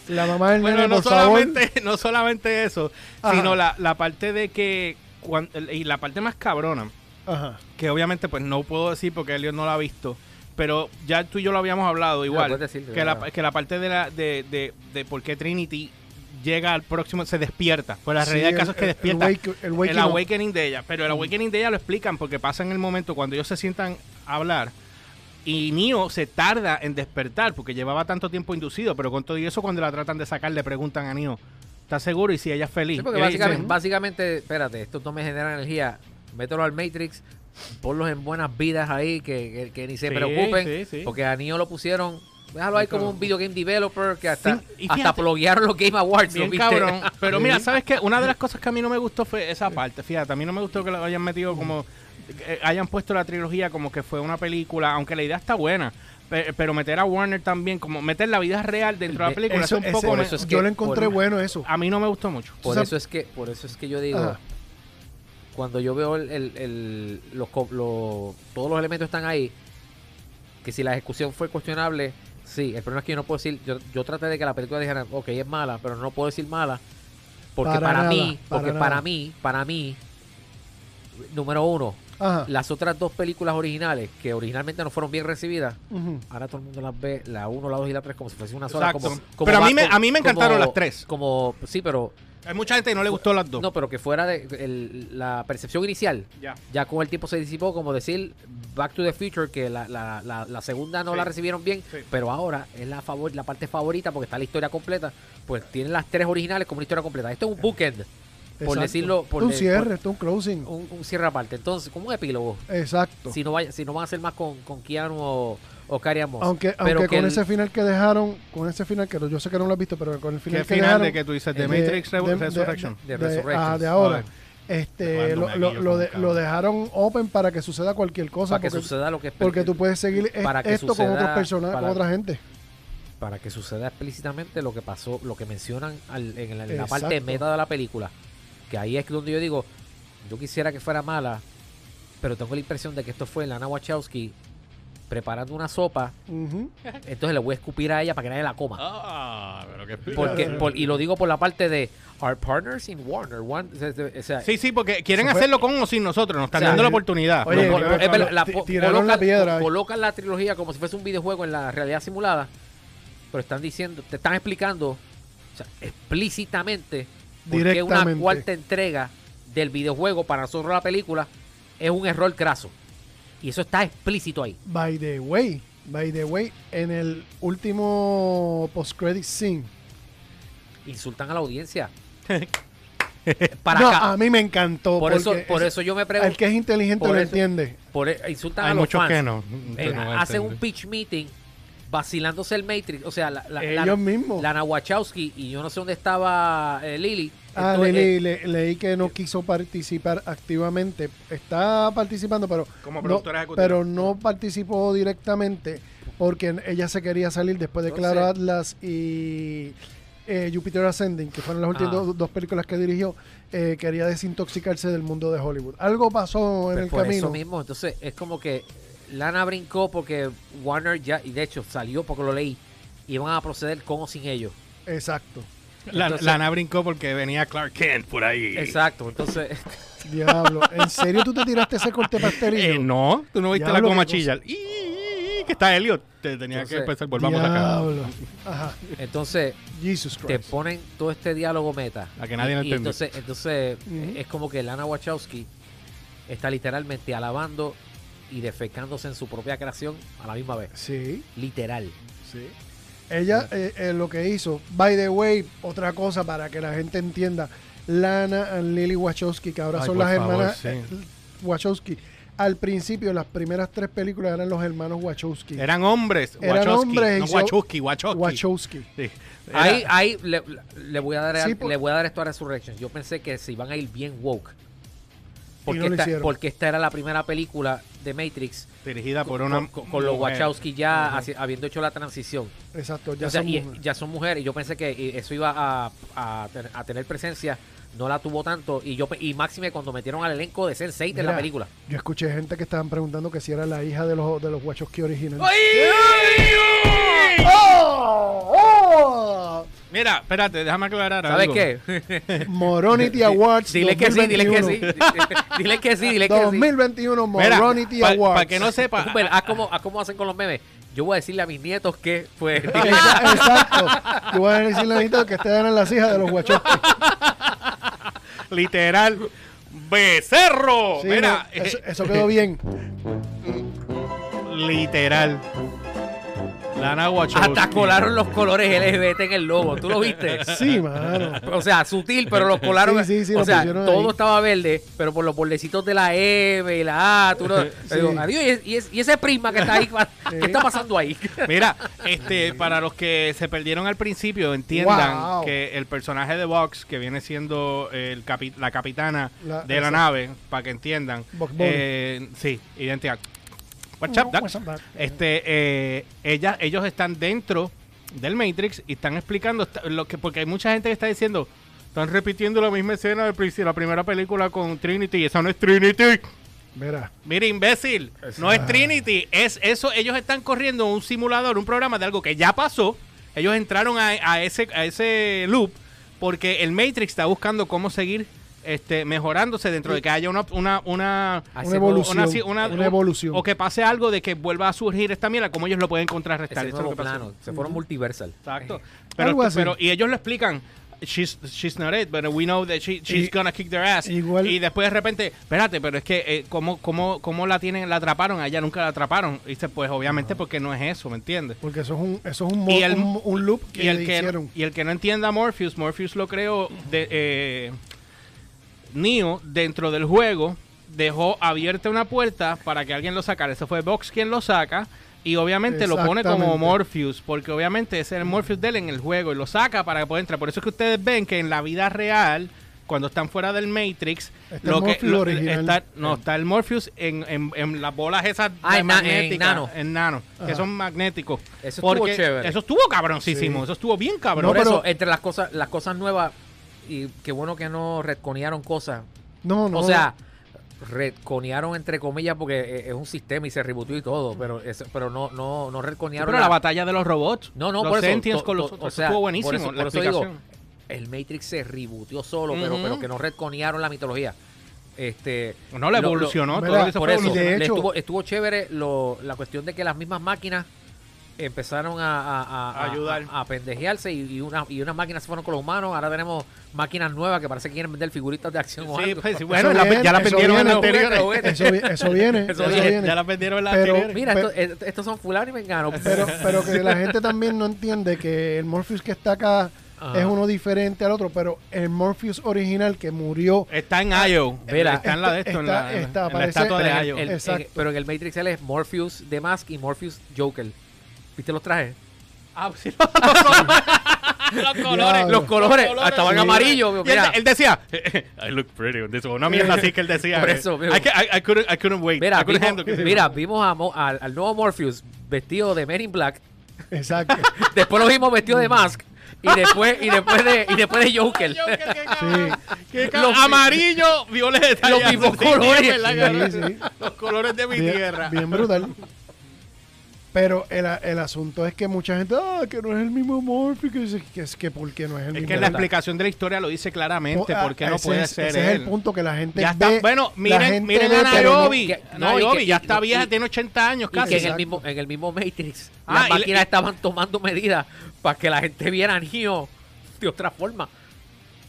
Speaker 2: La mamá del
Speaker 1: Bueno,
Speaker 2: nene,
Speaker 1: no
Speaker 2: por favor.
Speaker 1: solamente, no solamente eso,
Speaker 2: Ajá.
Speaker 1: sino la, la parte de que. cuan- y la parte más cabrona,
Speaker 2: Ajá.
Speaker 1: que obviamente pues no puedo decir porque Elliot no la ha visto, pero ya tú y yo lo habíamos hablado igual.
Speaker 3: puedes decir,
Speaker 1: que, la,
Speaker 3: claro.
Speaker 1: que la parte de, la, de, de, de por qué Trinity llega al próximo, se despierta. Pues la
Speaker 2: Sí,
Speaker 1: realidad del
Speaker 2: el-
Speaker 1: caso es que
Speaker 2: el-
Speaker 1: despierta.
Speaker 2: el wake- el waking
Speaker 1: el
Speaker 2: up. Mm.
Speaker 1: awakening de ella. Pero el awakening de ella lo explican porque pasa en el momento cuando ellos se sientan a hablar. Y Neo se tarda en despertar porque llevaba tanto tiempo inducido, pero con todo y eso cuando la tratan de sacar le preguntan a Neo, ¿estás seguro? Y si ella es feliz.
Speaker 3: Sí, porque
Speaker 1: Y él
Speaker 3: básicamente,
Speaker 1: dice,
Speaker 3: básicamente, espérate, estos no me generan energía. Mételo al Matrix, ponlos en buenas vidas ahí, que, que- que ni se
Speaker 1: Sí,
Speaker 3: preocupen.
Speaker 1: sí, sí.
Speaker 3: Porque a Nio lo pusieron, déjalo ahí como un video game developer que hasta,
Speaker 1: Sí, y
Speaker 3: hasta
Speaker 1: fíjate-
Speaker 3: ploguearon los Game Awards. ¿lo
Speaker 1: Bien
Speaker 3: viste?
Speaker 1: cabrón. Pero mira, ¿sabes qué? Una de las cosas que a mí no me gustó fue esa parte. Fíjate, a mí no me gustó que lo hayan metido como. eh, hayan puesto la trilogía como que fue una película, aunque la idea está buena. pe- Pero meter a Warner también, como meter la vida real dentro de la película,
Speaker 2: Eso-
Speaker 1: eso un
Speaker 2: ese-
Speaker 1: poco. me-
Speaker 3: eso es
Speaker 2: yo
Speaker 3: que
Speaker 2: lo encontré
Speaker 3: por-
Speaker 2: bueno eso.
Speaker 1: a mí no me gustó mucho.
Speaker 3: Por
Speaker 2: O sea,
Speaker 3: eso es que, por eso es que yo digo,
Speaker 2: Ajá.
Speaker 3: cuando yo veo el, el- el- los, co- los- todos los elementos están ahí, que si la ejecución fue cuestionable, Sí, el problema es que yo no puedo decir, yo, yo traté de que la película dijera, ok, es mala, pero no puedo decir mala, porque
Speaker 2: Para
Speaker 3: para,
Speaker 2: nada,
Speaker 3: mí,
Speaker 2: para
Speaker 3: porque
Speaker 2: nada.
Speaker 3: para mí, para mí, número uno,
Speaker 2: Ajá.
Speaker 3: las otras dos películas originales que originalmente no fueron bien recibidas,
Speaker 2: Ujú.
Speaker 3: ahora todo el mundo las ve, la 1, la 2 y la 3 como si fuese una sola.
Speaker 1: Exacto.
Speaker 3: Como, como
Speaker 1: Pero a mí me-
Speaker 3: como-
Speaker 1: a mí me encantaron
Speaker 3: como-
Speaker 1: las tres.
Speaker 3: Como, sí, pero
Speaker 1: Hay mucha gente que no le gustó las dos.
Speaker 3: no, pero que fuera de el- la percepción inicial,
Speaker 1: Ya.
Speaker 3: ya con el tiempo se disipó, como decir Back to the Future, que la, la- la- la segunda no
Speaker 1: Sí.
Speaker 3: la recibieron bien,
Speaker 1: Sí.
Speaker 3: pero ahora es la favor, la parte favorita porque está la historia completa, pues tienen las tres originales como una historia completa. Esto es un bookend, por
Speaker 2: Exacto.
Speaker 3: decirlo, por
Speaker 2: Esto
Speaker 3: de-
Speaker 2: es un cierre, esto es un closing.
Speaker 3: por- un, un cierre aparte. Entonces, como un epílogo,
Speaker 2: Exacto.
Speaker 3: si no vaya, si no van a hacer más con, con Keanu o, o Carrie Ann Moss.
Speaker 2: Aunque,
Speaker 3: Pero
Speaker 2: aunque
Speaker 3: que
Speaker 2: con
Speaker 3: el-
Speaker 2: ese final que dejaron, con ese final que yo sé que no lo has visto, pero con el final
Speaker 1: ¿Qué
Speaker 2: que
Speaker 1: final
Speaker 2: dejaron,
Speaker 1: de que tú dices? ¿De
Speaker 2: de-
Speaker 1: Matrix Re-
Speaker 2: eh, de- de-
Speaker 1: Resurrection?
Speaker 3: De
Speaker 2: de-
Speaker 3: Resurrection.
Speaker 2: ajá, de ahora.
Speaker 1: Vale.
Speaker 2: Este,
Speaker 1: Cuando
Speaker 2: lo,
Speaker 1: me
Speaker 2: lo-
Speaker 1: guío
Speaker 2: lo
Speaker 1: con
Speaker 2: de-
Speaker 1: cabrón.
Speaker 2: lo dejaron open para que suceda cualquier cosa.
Speaker 3: para que
Speaker 2: porque,
Speaker 3: suceda lo que es-
Speaker 2: porque tú puedes seguir es-
Speaker 3: para que
Speaker 2: esto
Speaker 3: suceda-
Speaker 2: con otros personajes,
Speaker 3: para-
Speaker 2: con otra gente.
Speaker 3: para que suceda explícitamente lo que pasó, lo que mencionan al- en, la, en la parte
Speaker 2: Exacto.
Speaker 3: meta de la película. Que ahí es donde yo digo, yo quisiera que fuera mala, pero tengo la impresión de que esto fue Lana Wachowski preparando una sopa,
Speaker 2: Ujú.
Speaker 3: entonces le voy a escupir a ella para que nadie la coma.
Speaker 1: Ah, pero qué
Speaker 3: Porque,
Speaker 2: claro.
Speaker 3: por- y lo digo por la parte de our partners in Warner. One, o sea,
Speaker 1: Sí, sí, porque quieren
Speaker 2: Eso fue-
Speaker 1: hacerlo con o sin nosotros. Nos están
Speaker 3: O sea,
Speaker 1: dando la
Speaker 2: el-
Speaker 1: oportunidad.
Speaker 2: Oye, yo-
Speaker 3: Lo- lo- es verdad,
Speaker 2: lo-
Speaker 3: la
Speaker 2: ti-
Speaker 3: po-
Speaker 2: tiraron
Speaker 3: colocan-
Speaker 2: la piedra,
Speaker 3: co-
Speaker 2: eh.
Speaker 3: Colocan la trilogía como si fuese un videojuego en la realidad simulada, pero están diciendo, te están explicando o sea, explícitamente por qué una
Speaker 2: Directamente.
Speaker 3: cuarta entrega del videojuego para nosotros la película es un error craso. Y eso está explícito ahí.
Speaker 2: By the way, by the way, en el último post-credit scene.
Speaker 3: Insultan a la audiencia. para
Speaker 2: No,
Speaker 3: acá.
Speaker 2: a mí me encantó.
Speaker 3: Por eso,
Speaker 2: porque
Speaker 3: por
Speaker 2: es-
Speaker 3: eso yo me
Speaker 2: El
Speaker 3: pregunto.
Speaker 2: que es inteligente
Speaker 3: por
Speaker 2: lo
Speaker 3: eso-
Speaker 2: entiende.
Speaker 3: por- eh, insultan a
Speaker 1: Hay
Speaker 3: los
Speaker 1: muchos
Speaker 3: fans.
Speaker 1: que no.
Speaker 3: Eh,
Speaker 1: que no van a
Speaker 3: hacen un
Speaker 1: entender.
Speaker 3: pitch meeting vacilándose el Matrix. O sea, la, la- la-
Speaker 2: Ellos mismos.
Speaker 3: Lana Wachowski y yo no sé dónde estaba eh, Lily.
Speaker 2: Ah,
Speaker 3: Entonces,
Speaker 2: Lili,
Speaker 3: eh,
Speaker 2: le- leí que no quiso participar activamente. Está participando, pero
Speaker 1: Como
Speaker 2: no-
Speaker 1: productora ejecutiva.
Speaker 2: pero no participó directamente porque ella se quería salir después de Clara Atlas y eh, Jupiter Ascending, que fueron las últimas
Speaker 3: Ah.
Speaker 2: do- dos, películas que dirigió. eh, quería desintoxicarse del mundo de Hollywood. Algo pasó en
Speaker 3: pues
Speaker 2: el
Speaker 3: por eso
Speaker 2: camino.
Speaker 3: mismo. Entonces, es como que Lana brincó porque Warner ya, y de hecho salió porque lo leí, iban a proceder con o sin ellos.
Speaker 2: Exacto.
Speaker 1: La-
Speaker 3: Entonces-
Speaker 1: Lana brincó porque venía Clark Kent por ahí.
Speaker 3: Exacto. Entonces,
Speaker 2: Diablo. ¿En serio tú te tiraste ese corte pastelillo?
Speaker 1: Eh, no, tú no viste
Speaker 2: Diablo,
Speaker 1: la goma
Speaker 2: qué
Speaker 1: chilla.
Speaker 2: cosa.
Speaker 1: Y- y- y- Que está Elliot. Te tenía
Speaker 3: Entonces-
Speaker 1: que empezar. Volvamos acá.
Speaker 2: Diablo. Ajá.
Speaker 3: entonces
Speaker 2: Jesus
Speaker 3: te
Speaker 2: Christ.
Speaker 3: ponen todo este diálogo meta.
Speaker 1: A que nadie
Speaker 3: Y-
Speaker 1: lo
Speaker 3: y
Speaker 1: entendió.
Speaker 3: Entonces, entonces
Speaker 2: Ujú.
Speaker 3: es como que Lana Wachowski está literalmente alabando y defecándose en su propia creación a la misma vez.
Speaker 2: Sí.
Speaker 3: Literal.
Speaker 2: Sí. Ella eh, eh, lo que hizo, by the way, otra cosa para que la gente entienda, Lana and Lily Wachowski, que ahora
Speaker 1: Ay,
Speaker 2: son
Speaker 1: por
Speaker 2: las
Speaker 1: favor,
Speaker 2: hermanas
Speaker 1: sí.
Speaker 2: eh, Wachowski. Al principio, las primeras tres películas eran los hermanos Wachowski.
Speaker 1: Eran hombres.
Speaker 2: Eran
Speaker 1: Wachowski,
Speaker 2: hombres y
Speaker 1: No
Speaker 2: se-
Speaker 1: Wachowski, Wachowski.
Speaker 2: Wachowski.
Speaker 1: Sí. Era-
Speaker 3: Ahí, ahí le, le voy a dar a-
Speaker 2: Sí, por-
Speaker 3: le voy a dar esto a Resurrection. Yo pensé que se iban a ir bien woke. Porque,
Speaker 2: no lo
Speaker 3: esta,
Speaker 2: hicieron.
Speaker 3: porque esta era la primera película de Matrix
Speaker 1: dirigida por
Speaker 3: con-
Speaker 1: una.
Speaker 3: con, con los
Speaker 1: mujer.
Speaker 3: Wachowski ya haci- habiendo hecho la transición.
Speaker 2: Exacto, ya
Speaker 3: O sea,
Speaker 2: son
Speaker 3: y-
Speaker 2: mujeres.
Speaker 3: ya son mujeres. Y yo pensé que eh, eso iba a, a ten- a tener presencia. No la tuvo tanto. Y yo pe- y máxime cuando metieron al elenco de Sense8 en la
Speaker 2: Mira,
Speaker 3: película.
Speaker 2: Yo escuché gente que estaban preguntando que si era la hija de los, de los Wachowski originales. ¡Oh! ¡Oh!
Speaker 1: Mira, espérate, déjame aclarar
Speaker 3: ¿Sabes
Speaker 1: algo.
Speaker 3: qué?
Speaker 2: Moronity Awards.
Speaker 3: dile que sí, dile que sí.
Speaker 2: 2021.
Speaker 3: Dile que sí, dile que sí.
Speaker 2: 2021
Speaker 1: Mira,
Speaker 2: Moronity
Speaker 1: pa-
Speaker 2: Awards.
Speaker 1: pa' que no sepa.
Speaker 3: Hombre, haz como, haz como ah, hacen con los memes. Yo voy a decirle a mis nietos que pues
Speaker 2: Exa- Exacto. Yo voy a decirle a Anita que ustedes eran las hijas de los guachos.
Speaker 1: Oh, Literal. ¡Becerro!
Speaker 2: Sí,
Speaker 1: Mira, eh,
Speaker 2: no, eso, eso quedó bien.
Speaker 1: literal. Lana Wachowski.
Speaker 3: hasta colaron los colores LGBT en el logo. ¿Tú lo viste?
Speaker 1: eh,
Speaker 2: Sí, mano.
Speaker 3: O sea, sutil, pero los colaron.
Speaker 2: Sí, sí, sí,
Speaker 3: o
Speaker 2: lo
Speaker 3: sea,
Speaker 2: pusieron
Speaker 3: todo
Speaker 2: ahí.
Speaker 3: estaba verde, pero por los bordecitos de la M y la A, tú no-
Speaker 2: Sí.
Speaker 3: digo, adiós, y, es- y es- y ese prisma que está ahí, ¿qué está pasando ahí?
Speaker 1: Mira, este, para los que se perdieron al principio, entiendan
Speaker 2: Wow.
Speaker 1: que el personaje de Vox, que viene siendo el capi- la capitana
Speaker 2: La-
Speaker 1: de la
Speaker 2: esa.
Speaker 1: nave, para que entiendan.
Speaker 2: Vox Bunny.
Speaker 1: eh, sí, identidad. What's up, Doc?
Speaker 2: What's up, Doc?
Speaker 1: Este, eh, ella, ellos están dentro del Matrix y están explicando esta- lo que, porque hay mucha gente que está diciendo, están repitiendo la misma escena de la primera película con Trinity y esa no es Trinity.
Speaker 2: Mira,
Speaker 1: Mira, imbécil, no es Trinity, es eso, ellos están corriendo un simulador, un programa de algo que ya pasó. Ellos entraron a, a ese, a ese loop porque el Matrix está buscando cómo seguir este, mejorándose dentro de que haya una, una, una,
Speaker 3: Así
Speaker 2: una
Speaker 3: mismo-
Speaker 2: evolución.
Speaker 1: una-
Speaker 2: Una,
Speaker 1: una-
Speaker 2: evolución.
Speaker 1: o que pase algo de que vuelva a surgir esta mierda, cómo ellos lo pueden contrarrestar.
Speaker 3: Ese
Speaker 1: Eso es lo
Speaker 3: nuevo
Speaker 1: que pasó.
Speaker 3: plano. Se fueron multiversal.
Speaker 1: Exacto. Pero,
Speaker 2: Eh, Algo así.
Speaker 1: pero- y ellos lo explican. She's, she's not it, but we know that she, she's
Speaker 2: Y-
Speaker 1: gonna kick their ass.
Speaker 2: igual-
Speaker 1: y después de repente, espérate, pero es que eh, ¿cómo, cómo, cómo la tienen, la atraparon, allá nunca la atraparon. Y dice, pues obviamente porque no es eso, ¿me entiendes?
Speaker 2: Porque eso es un, eso es un,
Speaker 1: Y
Speaker 2: mo-
Speaker 1: el-
Speaker 2: un, un loop que
Speaker 1: Y el
Speaker 2: le
Speaker 1: que,
Speaker 2: hicieron.
Speaker 1: y el que no entienda a Morpheus, Morpheus lo creó de eh, Neo dentro del juego, dejó abierta una puerta para que alguien lo sacara. Eso fue Vox quien lo saca. Y obviamente lo pone como
Speaker 2: Exactamente.
Speaker 1: Morpheus, porque obviamente ese es el Morpheus de él en el juego y lo saca para que pueda entrar. Por eso es que ustedes ven que en la vida real, cuando están fuera del Matrix,
Speaker 2: Está
Speaker 1: lo
Speaker 2: el
Speaker 1: que,
Speaker 2: Morpheus
Speaker 1: lo-
Speaker 2: original.
Speaker 1: está, no, está el Morpheus en, en- en las bolas esas
Speaker 3: Ah, en na- en
Speaker 1: magnéticas,
Speaker 3: nano.
Speaker 1: en nano, que
Speaker 2: Ajá.
Speaker 1: son magnéticos.
Speaker 3: Eso estuvo
Speaker 1: porque
Speaker 3: chévere.
Speaker 1: eso estuvo cabroncísimo,
Speaker 2: Sí.
Speaker 1: eso estuvo bien cabrón.
Speaker 2: No,
Speaker 3: Por
Speaker 2: pero-
Speaker 3: eso, entre las cosas, las cosas nuevas, y qué bueno que no retconearon cosas.
Speaker 2: No, no.
Speaker 3: O sea, retconearon entre comillas porque eh, es un sistema y se rebootó y todo, pero eso- pero no, no, no retconearon.
Speaker 1: pero
Speaker 3: la-
Speaker 1: la batalla de los robots.
Speaker 3: No, no,
Speaker 1: los
Speaker 3: por eso.
Speaker 1: sentients
Speaker 3: to-
Speaker 1: con los
Speaker 3: to-
Speaker 1: otros.
Speaker 3: o sea,
Speaker 1: estuvo buenísimo.
Speaker 3: por eso-
Speaker 1: la
Speaker 3: por eso digo,
Speaker 1: explicación.
Speaker 3: el Matrix se rebootió solo, pero,
Speaker 1: Ujú.
Speaker 3: pero que no retconearon la mitología. Este,
Speaker 1: no, le
Speaker 3: lo- lo-
Speaker 1: evolucionó.
Speaker 2: mira,
Speaker 1: todo lo que hizo
Speaker 3: por
Speaker 1: fue
Speaker 3: eso,
Speaker 2: Y de
Speaker 1: evolucionar.
Speaker 3: le
Speaker 2: hecho-
Speaker 3: estuvo, estuvo chévere lo- la cuestión de que las mismas máquinas empezaron a, a- a-
Speaker 1: A ayudar.
Speaker 3: a, a pendejearse y, y una- y unas máquinas se fueron con los humanos. Ahora tenemos máquinas nuevas que parece que quieren vender figuritas de acción o
Speaker 1: Sí,
Speaker 3: algo.
Speaker 1: pues, sí, bueno,
Speaker 2: Eso
Speaker 1: la-
Speaker 2: viene,
Speaker 1: ya la
Speaker 2: eso
Speaker 1: vendieron en la
Speaker 2: viene.
Speaker 1: anterior.
Speaker 3: Juguete, juguete.
Speaker 2: eso, vi- eso viene.
Speaker 3: Eso
Speaker 2: eso,
Speaker 3: viene,
Speaker 2: viene.
Speaker 1: Ya la vendieron en la
Speaker 2: Pero-
Speaker 1: anterior.
Speaker 3: Mira,
Speaker 2: Pero-
Speaker 3: esto- est- estos son fulano y mengano.
Speaker 2: Pero, pero que la gente también no entiende que el Morpheus que está acá
Speaker 3: Ajá.
Speaker 2: es uno diferente al otro, pero el Morpheus original que murió
Speaker 1: Está en Io.
Speaker 3: Mira,
Speaker 1: está en la de esto, en la,
Speaker 2: está- está,
Speaker 1: en la
Speaker 2: parece-
Speaker 1: estatua
Speaker 3: Pero en
Speaker 1: de
Speaker 3: el-
Speaker 1: Io.
Speaker 3: el- en-
Speaker 2: Exacto.
Speaker 3: pero en el Matrix él es Morpheus de Mask y Morpheus Joker. ¿Viste los trajes?
Speaker 1: Ah, sí, los colores.
Speaker 2: Los
Speaker 3: colores, hasta van amarillo,
Speaker 1: Y
Speaker 3: mira.
Speaker 1: Él, él decía, I look pretty on this one. Una mierda así que él decía.
Speaker 3: Por
Speaker 1: eh,
Speaker 3: eso,
Speaker 1: I,
Speaker 3: mira.
Speaker 1: ca- I- I couldn't, I couldn't wait.
Speaker 3: Mira,
Speaker 1: I couldn't
Speaker 3: vimos,
Speaker 1: handle it.
Speaker 3: mira, vimos a Mo- al, al nuevo Morpheus vestido de Men in Black.
Speaker 2: Exacto.
Speaker 3: Después lo vimos vestido de Mask. Y después, y después de, y después de Joker.
Speaker 1: Joker, qué cabrón.
Speaker 2: Sí,
Speaker 1: Qué
Speaker 3: Los
Speaker 1: cabrón.
Speaker 3: mi-
Speaker 1: amarillo, violeta.
Speaker 3: Los
Speaker 1: ya,
Speaker 3: mismos
Speaker 1: sí, sí,
Speaker 3: colores.
Speaker 1: es verdad, cabrón.
Speaker 2: Sí, sí.
Speaker 1: Los colores de mi
Speaker 2: bien,
Speaker 1: tierra.
Speaker 2: bien brutal. Pero el, a- el asunto es que mucha gente, ah, que no es el mismo Morpheus, que, es- que es que porque no es el
Speaker 1: Es
Speaker 2: mismo.
Speaker 1: que la
Speaker 2: Morpheus.
Speaker 1: explicación de la historia lo dice claramente,
Speaker 2: Po- ah,
Speaker 1: porque no
Speaker 2: ese
Speaker 1: puede
Speaker 2: es-
Speaker 1: ser
Speaker 2: ese
Speaker 1: él.
Speaker 2: es el punto que la gente
Speaker 1: Ya está,
Speaker 2: ve,
Speaker 1: bueno,
Speaker 2: la
Speaker 1: miren,
Speaker 2: gente
Speaker 1: miren
Speaker 2: ve,
Speaker 1: a
Speaker 2: pero no-
Speaker 1: Nairobi.
Speaker 3: que- no, y
Speaker 1: Nairobi
Speaker 3: que-
Speaker 1: ya
Speaker 3: y-
Speaker 1: está vieja,
Speaker 3: y-
Speaker 1: tiene 80 años
Speaker 3: Y que
Speaker 1: casi.
Speaker 3: en el
Speaker 2: Exacto.
Speaker 3: mismo, en el mismo Matrix
Speaker 1: Ah, y
Speaker 3: las
Speaker 1: le-
Speaker 3: máquinas
Speaker 1: y-
Speaker 3: estaban tomando medidas para que la gente viera a Neo de otra forma.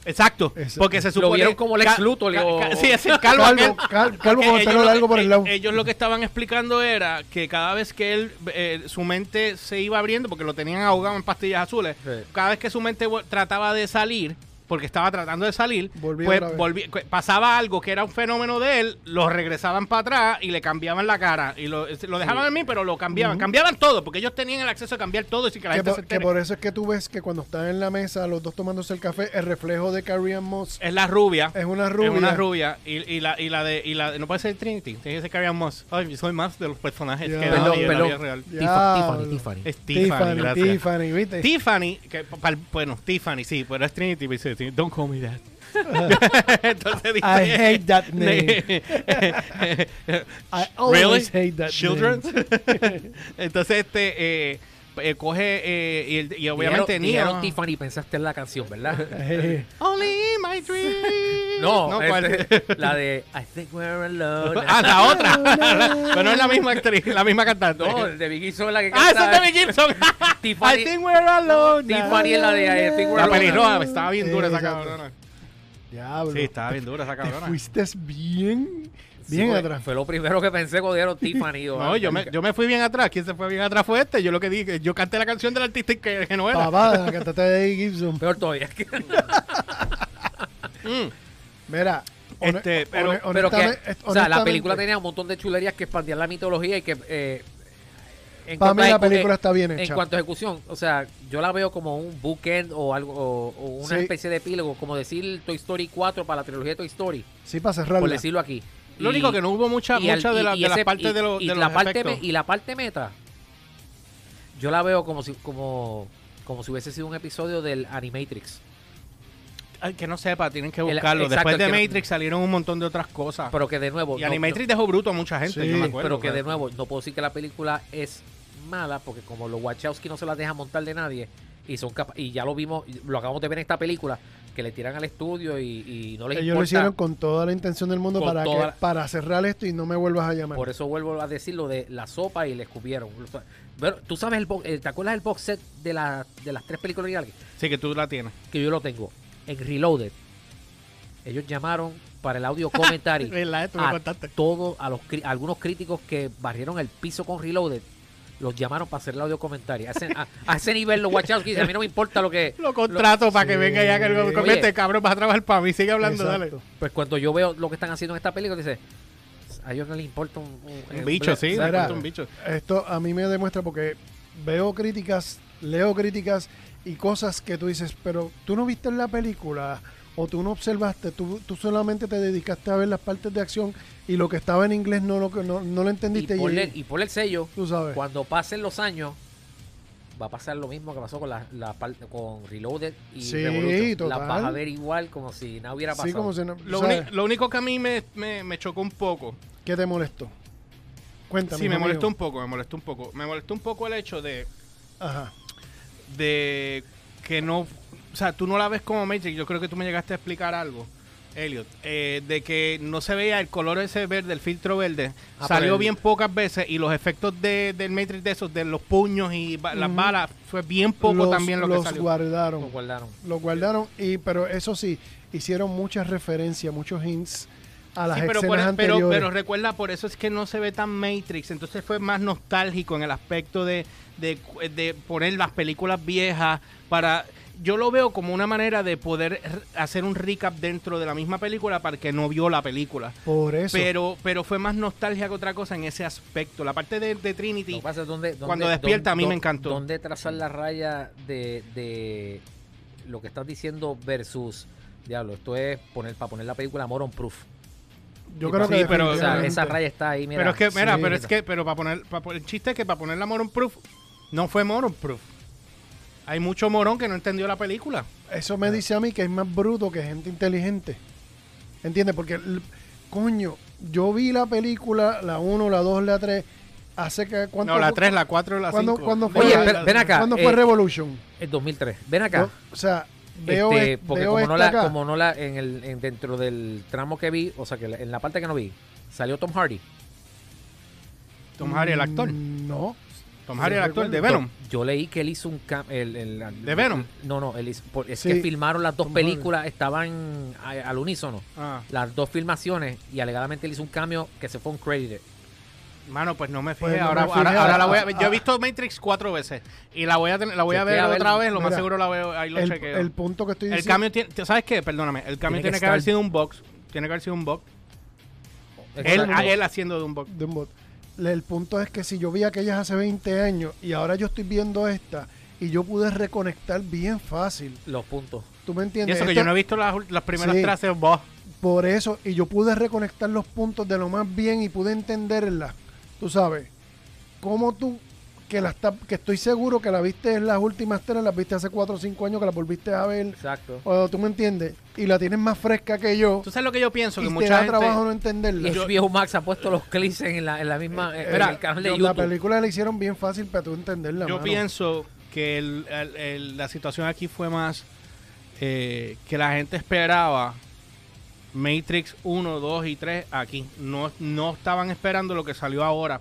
Speaker 1: Exacto,
Speaker 2: Exacto.
Speaker 1: porque se
Speaker 2: Lo
Speaker 1: supone...
Speaker 3: vieron como Lex
Speaker 1: Ca-
Speaker 3: Luthor,
Speaker 1: ca-
Speaker 3: o-
Speaker 1: ca- Sí, es el calvo
Speaker 2: Calvo,
Speaker 1: aquel.
Speaker 2: cal- calvo
Speaker 1: Porque
Speaker 2: con el pelo
Speaker 1: lo-
Speaker 2: largo por el lado.
Speaker 1: ellos lo que estaban explicando era que cada vez que él, eh, su mente se iba abriendo, porque lo tenían ahogado en pastillas azules,
Speaker 3: Sí.
Speaker 1: cada vez que su mente vol- trataba de salir, porque estaba tratando de salir,
Speaker 2: Volvía
Speaker 1: pues,
Speaker 2: otra vez.
Speaker 1: volvía- cu- pasaba algo que era un fenómeno de él, lo regresaban para atrás y le cambiaban la cara. Y lo, lo dejaban en mí, pero lo cambiaban. Cambiaban todo, porque ellos tenían el acceso a cambiar todo sin que la
Speaker 2: que,
Speaker 1: gente
Speaker 2: po-
Speaker 1: se
Speaker 2: que
Speaker 1: entere.
Speaker 2: por eso es que tú ves que cuando están en la mesa los dos tomándose el café, el reflejo de Carrie Ann Moss
Speaker 1: Es la rubia.
Speaker 2: es una rubia.
Speaker 1: Es una rubia. Y, y la, y la de. Y la, de- no puede ser Trinity. Tiene que ser Carrie Ann Moss. Ay, yo soy más de los personajes
Speaker 2: Ya.
Speaker 1: que
Speaker 2: Perdón,
Speaker 1: hay en la
Speaker 3: perdón.
Speaker 1: vida real.
Speaker 2: Ya,
Speaker 3: Tifa-
Speaker 2: bro.
Speaker 3: Tiffany, Tiffany.
Speaker 1: Es Tiffany.
Speaker 2: Tiffany,
Speaker 1: gracias.
Speaker 2: Tiffany, ¿viste?
Speaker 1: Tiffany, que, pal- bueno, Tiffany, sí, pero es Trinity, pero dice, don't call me that. Entonces dice,
Speaker 2: I hate that name. I always
Speaker 1: Really?
Speaker 2: hate that
Speaker 1: Children.
Speaker 2: name.
Speaker 1: Entonces, este, eh, eh, coge, eh, y, el- y obviamente
Speaker 3: Dijeron- dijeron
Speaker 1: Neo.
Speaker 3: Tiffany, pensaste en la canción, ¿verdad?
Speaker 2: Eh,
Speaker 1: Only in my dreams.
Speaker 3: No,
Speaker 1: ¿cuál?
Speaker 3: este, la de I think we're alone.
Speaker 1: Ah, la otra. Pero no es la misma actriz, la misma cantante.
Speaker 3: No, el de Vicky Sola que
Speaker 1: ah, esa
Speaker 3: canta-
Speaker 1: es de Mel Gibson.
Speaker 3: Tiffany-
Speaker 1: I think we're alone.
Speaker 3: Tiffany es la de I think we're
Speaker 1: La pues.
Speaker 3: alone.
Speaker 1: pelirroja, estaba bien dura esa
Speaker 2: Sí, exacto.
Speaker 1: cabrona.
Speaker 2: Diablo.
Speaker 1: Sí, estaba bien dura esa
Speaker 2: Te
Speaker 1: cabrona.
Speaker 2: fuiste bien,
Speaker 3: Sí,
Speaker 2: bien
Speaker 3: fue-
Speaker 2: atrás.
Speaker 3: Fue lo primero que pensé cuando dieron Tiffany. o
Speaker 1: No, yo me,
Speaker 3: Angélica.
Speaker 1: yo me fui bien atrás. ¿Quién se fue bien atrás fue este? Yo lo que dije, yo canté la canción del artista que, que no era.
Speaker 2: Papá, la cantante de Eddie Gibson.
Speaker 3: Peor todavía. que-
Speaker 1: Mm.
Speaker 2: Mira, hone-
Speaker 1: Este, pero-
Speaker 2: hone-
Speaker 3: Pero que,
Speaker 2: honestamente-
Speaker 3: o sea, la
Speaker 2: honestamente,
Speaker 3: película tenía un montón de chulerías que expandían la mitología y que... eh, en
Speaker 2: Para
Speaker 3: cuanto
Speaker 2: mí
Speaker 3: a
Speaker 2: la
Speaker 3: ejecu-
Speaker 2: película
Speaker 3: eh,
Speaker 2: está bien
Speaker 3: En
Speaker 2: hecha.
Speaker 3: cuanto a ejecución, o sea, yo la veo como un bookend o algo o, o una
Speaker 2: Sí.
Speaker 3: especie de epílogo, como decir Toy Story 4 para la trilogía de Toy Story,
Speaker 2: Sí, para cerrarla.
Speaker 3: por decirlo aquí.
Speaker 1: Lo único que no hubo mucha,
Speaker 3: y al-
Speaker 1: mucha de,
Speaker 3: y-
Speaker 1: la-
Speaker 3: y
Speaker 1: de las
Speaker 3: ese-
Speaker 1: partes
Speaker 3: y-
Speaker 1: de, los-
Speaker 3: y
Speaker 1: de los
Speaker 3: la parte me-
Speaker 1: efectos.
Speaker 3: y la parte meta, yo la veo como si, como, como si hubiese sido un episodio del Animatrix.
Speaker 1: al que no sepa, tienen que
Speaker 3: El-
Speaker 1: buscarlo.
Speaker 3: exacto,
Speaker 1: Después
Speaker 3: el
Speaker 1: de
Speaker 3: que no-
Speaker 1: Matrix salieron un montón de otras cosas.
Speaker 3: Pero que de nuevo.
Speaker 1: Ah. y
Speaker 3: no-
Speaker 1: Animatrix pues. dejó bruto a mucha gente,
Speaker 2: Sí,
Speaker 1: yo me
Speaker 3: no-
Speaker 1: acuerdo.
Speaker 3: pero que de
Speaker 1: ¿verdad?
Speaker 3: nuevo, no puedo decir que la película es mala, porque como los Wachowski no se las dejan montar de nadie, y son capa- y ya lo vimos, lo acabamos de ver en esta película, que le tiran al estudio y, y no les
Speaker 2: Ellos lo
Speaker 3: importa.
Speaker 2: hicieron con toda la intención del mundo
Speaker 3: Con
Speaker 2: para, que-
Speaker 3: toda la-
Speaker 2: para cerrar esto y no me vuelvas a llamar.
Speaker 3: Por eso vuelvo a decir lo de la sopa y le escupieron. O sea, Bueno, tú sabes, el bo- eh, ¿te acuerdas del box set de, la- de las tres películas originales?
Speaker 1: Sí, que tú la tienes.
Speaker 3: Que yo lo tengo. En Reloaded, ellos llamaron para el audio commentary
Speaker 4: ¿Verdad? Tú me
Speaker 3: a,
Speaker 4: contaste.
Speaker 3: todos a los, cri- a algunos críticos que barrieron el piso con Reloaded, los llamaron para hacer el audio commentary. A ese, a- a ese nivel los Wachowski dicen, a mí no me importa lo que...
Speaker 4: Lo contrato para que
Speaker 2: Sí.
Speaker 4: venga ya que el
Speaker 2: Oye.
Speaker 4: con este cabrón vas a trabajar para mí. Sigue hablando,
Speaker 2: Exacto.
Speaker 3: Pues cuando yo veo lo que están haciendo en esta película, dice, a ellos no les importa un... un-
Speaker 1: Un bicho, sí,
Speaker 3: Exacto.
Speaker 1: de
Speaker 2: Mira,
Speaker 1: pronto un bicho.
Speaker 2: Esto a mí me demuestra porque veo críticas, leo críticas y cosas que tú dices, pero tú no viste en la película o tú no observaste, tú, tú solamente te dedicaste a ver las partes de acción y lo que estaba en inglés no lo que- no, no lo entendiste.
Speaker 3: Y
Speaker 2: Y,
Speaker 3: ponle, y ponle el sello.
Speaker 2: tú sabes.
Speaker 3: Cuando pasen los años, va a pasar lo mismo que pasó con la, la parte con Reloaded y
Speaker 2: Sí,
Speaker 3: Revolution.
Speaker 2: total.
Speaker 3: La vas a ver igual como si nada hubiera pasado.
Speaker 2: Sí, como si no-
Speaker 1: Lo,
Speaker 2: ¿sabes?
Speaker 1: uni- lo único que a mí me, me- me chocó un poco.
Speaker 2: ¿Qué te molestó? Cuéntame.
Speaker 1: Sí, me
Speaker 2: hijo mío.
Speaker 1: molestó un poco, me molestó un poco. Me molestó un poco el hecho de,
Speaker 2: Ajá.
Speaker 1: de que no. O sea, tú no la ves como Matrix. Yo creo que tú me llegaste a explicar algo, Elliot. eh, de que no se veía el color ese verde, el filtro verde.
Speaker 3: Ah, pero
Speaker 1: salió
Speaker 3: el-
Speaker 1: bien pocas veces y los efectos de, del Matrix de esos, de los puños y ba- las
Speaker 2: Ujú.
Speaker 1: balas, fue bien poco
Speaker 2: Los-
Speaker 1: también lo que
Speaker 2: los
Speaker 1: salió.
Speaker 2: guardaron.
Speaker 3: Lo guardaron.
Speaker 2: Los guardaron, y pero eso sí, hicieron muchas referencias, muchos hints a las
Speaker 1: Sí, pero, por- e-,
Speaker 2: escenas
Speaker 1: pero-
Speaker 2: anteriores.
Speaker 1: pero recuerda, por eso es que no se ve tan Matrix. Entonces fue más nostálgico en el aspecto de, de- de poner las películas viejas para... Yo lo veo como una manera de poder r- hacer un recap dentro de la misma película para el que no vio la película.
Speaker 2: Por eso.
Speaker 1: Pero, pero fue más nostalgia que otra cosa en ese aspecto. La parte de, de
Speaker 3: Lo
Speaker 1: Trinity...
Speaker 3: que pasa es donde- donde-
Speaker 1: Cuando despierta, a mí
Speaker 3: don-
Speaker 1: me encantó.
Speaker 3: Donde trazar la raya de, de lo que estás diciendo versus. Diablo, esto es poner para poner la película Moron Proof.
Speaker 2: Yo creo
Speaker 1: Sí,
Speaker 2: que
Speaker 1: pero,
Speaker 3: O sea,
Speaker 2: definitivamente-
Speaker 3: esa raya está ahí, mira.
Speaker 1: pero es que, mira,
Speaker 2: sí.
Speaker 1: pero es que, pero para poner, para, poner- el chiste es que para ponerla Moron Proof, no fue Moron Proof. Hay mucho morón que no entendió la película.
Speaker 2: Eso me dice a mí que es más bruto que gente inteligente. ¿Entiendes? Porque, l- coño, yo vi la película, la 1, la 2, la 3, hace que... ¿cuánto
Speaker 1: No, la
Speaker 2: fue-
Speaker 1: 3, la 4, la 5.
Speaker 2: ¿Cuándo, cuándo fue,
Speaker 3: Oye,
Speaker 2: la-
Speaker 3: pero- ven acá,
Speaker 2: ¿cuándo fue
Speaker 3: eh,
Speaker 2: Revolution?
Speaker 3: El 2003. Ven acá.
Speaker 2: Yo- o sea, veo,
Speaker 3: Este,
Speaker 2: es-
Speaker 3: porque
Speaker 2: veo
Speaker 3: como
Speaker 2: esta
Speaker 3: no, la,
Speaker 2: acá.
Speaker 3: como no la, en el, en- dentro del tramo que vi, o sea, que la- en la parte que no vi, salió Tom Hardy.
Speaker 1: Tom Hardy, el actor.
Speaker 2: Mm, No.
Speaker 1: Tom Hardy, el
Speaker 2: Sí,
Speaker 1: actor de
Speaker 2: recuerdo.
Speaker 1: Venom.
Speaker 3: Yo, yo leí que él hizo un cam- el, el-
Speaker 1: ¿De Venom?
Speaker 3: No, no, él hizo- por- es
Speaker 2: Sí,
Speaker 3: que filmaron las dos
Speaker 2: Tom Hardy.
Speaker 3: películas, estaban a- al unísono,
Speaker 1: Ah,
Speaker 3: las dos filmaciones, y alegadamente él hizo un cambio que se fue un credit.
Speaker 1: mano, pues no me fijé.
Speaker 2: Pues no
Speaker 1: ahora,
Speaker 2: me
Speaker 1: ahora,
Speaker 2: fijé.
Speaker 1: ahora la voy a ver. Yo he
Speaker 2: Ah.
Speaker 1: visto Matrix cuatro veces. Y la voy a, tener- la voy a ver
Speaker 3: Chequea, a ver.
Speaker 1: otra vez. Lo más
Speaker 2: Mira,
Speaker 1: seguro la veo. Ahí lo
Speaker 2: El,
Speaker 1: chequeo.
Speaker 2: el
Speaker 1: El,
Speaker 2: punto que estoy diciendo...
Speaker 1: cambio tiene. ¿Sabes qué? Perdóname. El cambio
Speaker 3: Tiene
Speaker 1: tiene
Speaker 3: que
Speaker 1: que haber
Speaker 3: estar.
Speaker 1: sido un box. Tiene que haber sido un box. Él,
Speaker 2: ah,
Speaker 1: a él haciendo de un box.
Speaker 2: de un bot. Le- El punto es que si yo vi aquellas hace 20 años y ahora yo estoy viendo esta y yo pude reconectar bien fácil.
Speaker 3: los puntos.
Speaker 2: ¿Tú me
Speaker 1: Y
Speaker 2: entiendes?
Speaker 1: eso que
Speaker 2: Esta-
Speaker 1: yo no he visto las, ul- las primeras
Speaker 2: Este Sí.
Speaker 1: tres hace un box.
Speaker 2: Por eso, y yo pude reconectar los puntos de lo más bien y pude entenderla. Tú sabes, cómo tú, que la está- que estoy seguro que la viste en las últimas tres, las viste hace 4 o 5 años, que la volviste a ver,
Speaker 3: Exacto.
Speaker 2: o tú me entiendes, y la tienes más fresca que yo,
Speaker 1: Tú sabes lo que yo pienso. Que
Speaker 2: y te
Speaker 1: mucha
Speaker 2: da
Speaker 1: gente.
Speaker 2: trabajo no
Speaker 3: Y
Speaker 2: entenderla.
Speaker 1: Yo-
Speaker 3: HBO Max ha puesto los clips en la, en la misma, en
Speaker 2: Eh, Mira,
Speaker 3: el canal de
Speaker 2: yo-
Speaker 3: YouTube.
Speaker 2: la película la hicieron bien fácil para tú entenderla.
Speaker 1: Yo
Speaker 2: mano.
Speaker 1: pienso que el- el- el- la situación aquí fue más eh, que la gente esperaba Matrix 1, 2 y 3 aquí. No, no estaban esperando lo que salió ahora.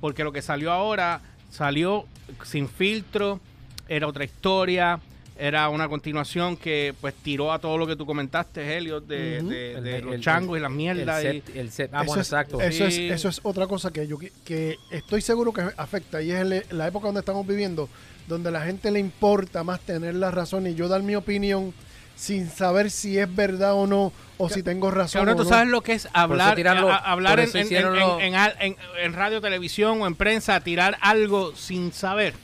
Speaker 1: Porque lo que salió ahora salió sin filtro, era otra historia, era una continuación que pues tiró a todo lo que tú comentaste, Helios, de,
Speaker 2: Ujú.
Speaker 1: de-
Speaker 3: El-
Speaker 1: de
Speaker 3: el-
Speaker 1: los
Speaker 3: el-
Speaker 1: changos y las
Speaker 3: el
Speaker 1: mierdas. y-
Speaker 3: set, el set- ah,
Speaker 2: eso
Speaker 3: bueno,
Speaker 2: es,
Speaker 3: exacto.
Speaker 2: Eso,
Speaker 1: Sí.
Speaker 2: es, eso es otra cosa que yo qui- que estoy seguro que afecta y es el- la época donde estamos viviendo, donde la gente le importa más tener la razón y yo dar mi opinión sin saber si es verdad o no o si tengo razón.
Speaker 1: Cabrón,
Speaker 2: o
Speaker 1: tú
Speaker 2: no.
Speaker 1: sabes lo que es hablar,
Speaker 3: tiran los-
Speaker 1: a- a- hablar
Speaker 3: por
Speaker 1: en,
Speaker 3: eso
Speaker 1: en-
Speaker 3: hicieron
Speaker 1: en-
Speaker 3: los-
Speaker 1: en al- en- en radio, televisión o en prensa, tirar algo sin saber,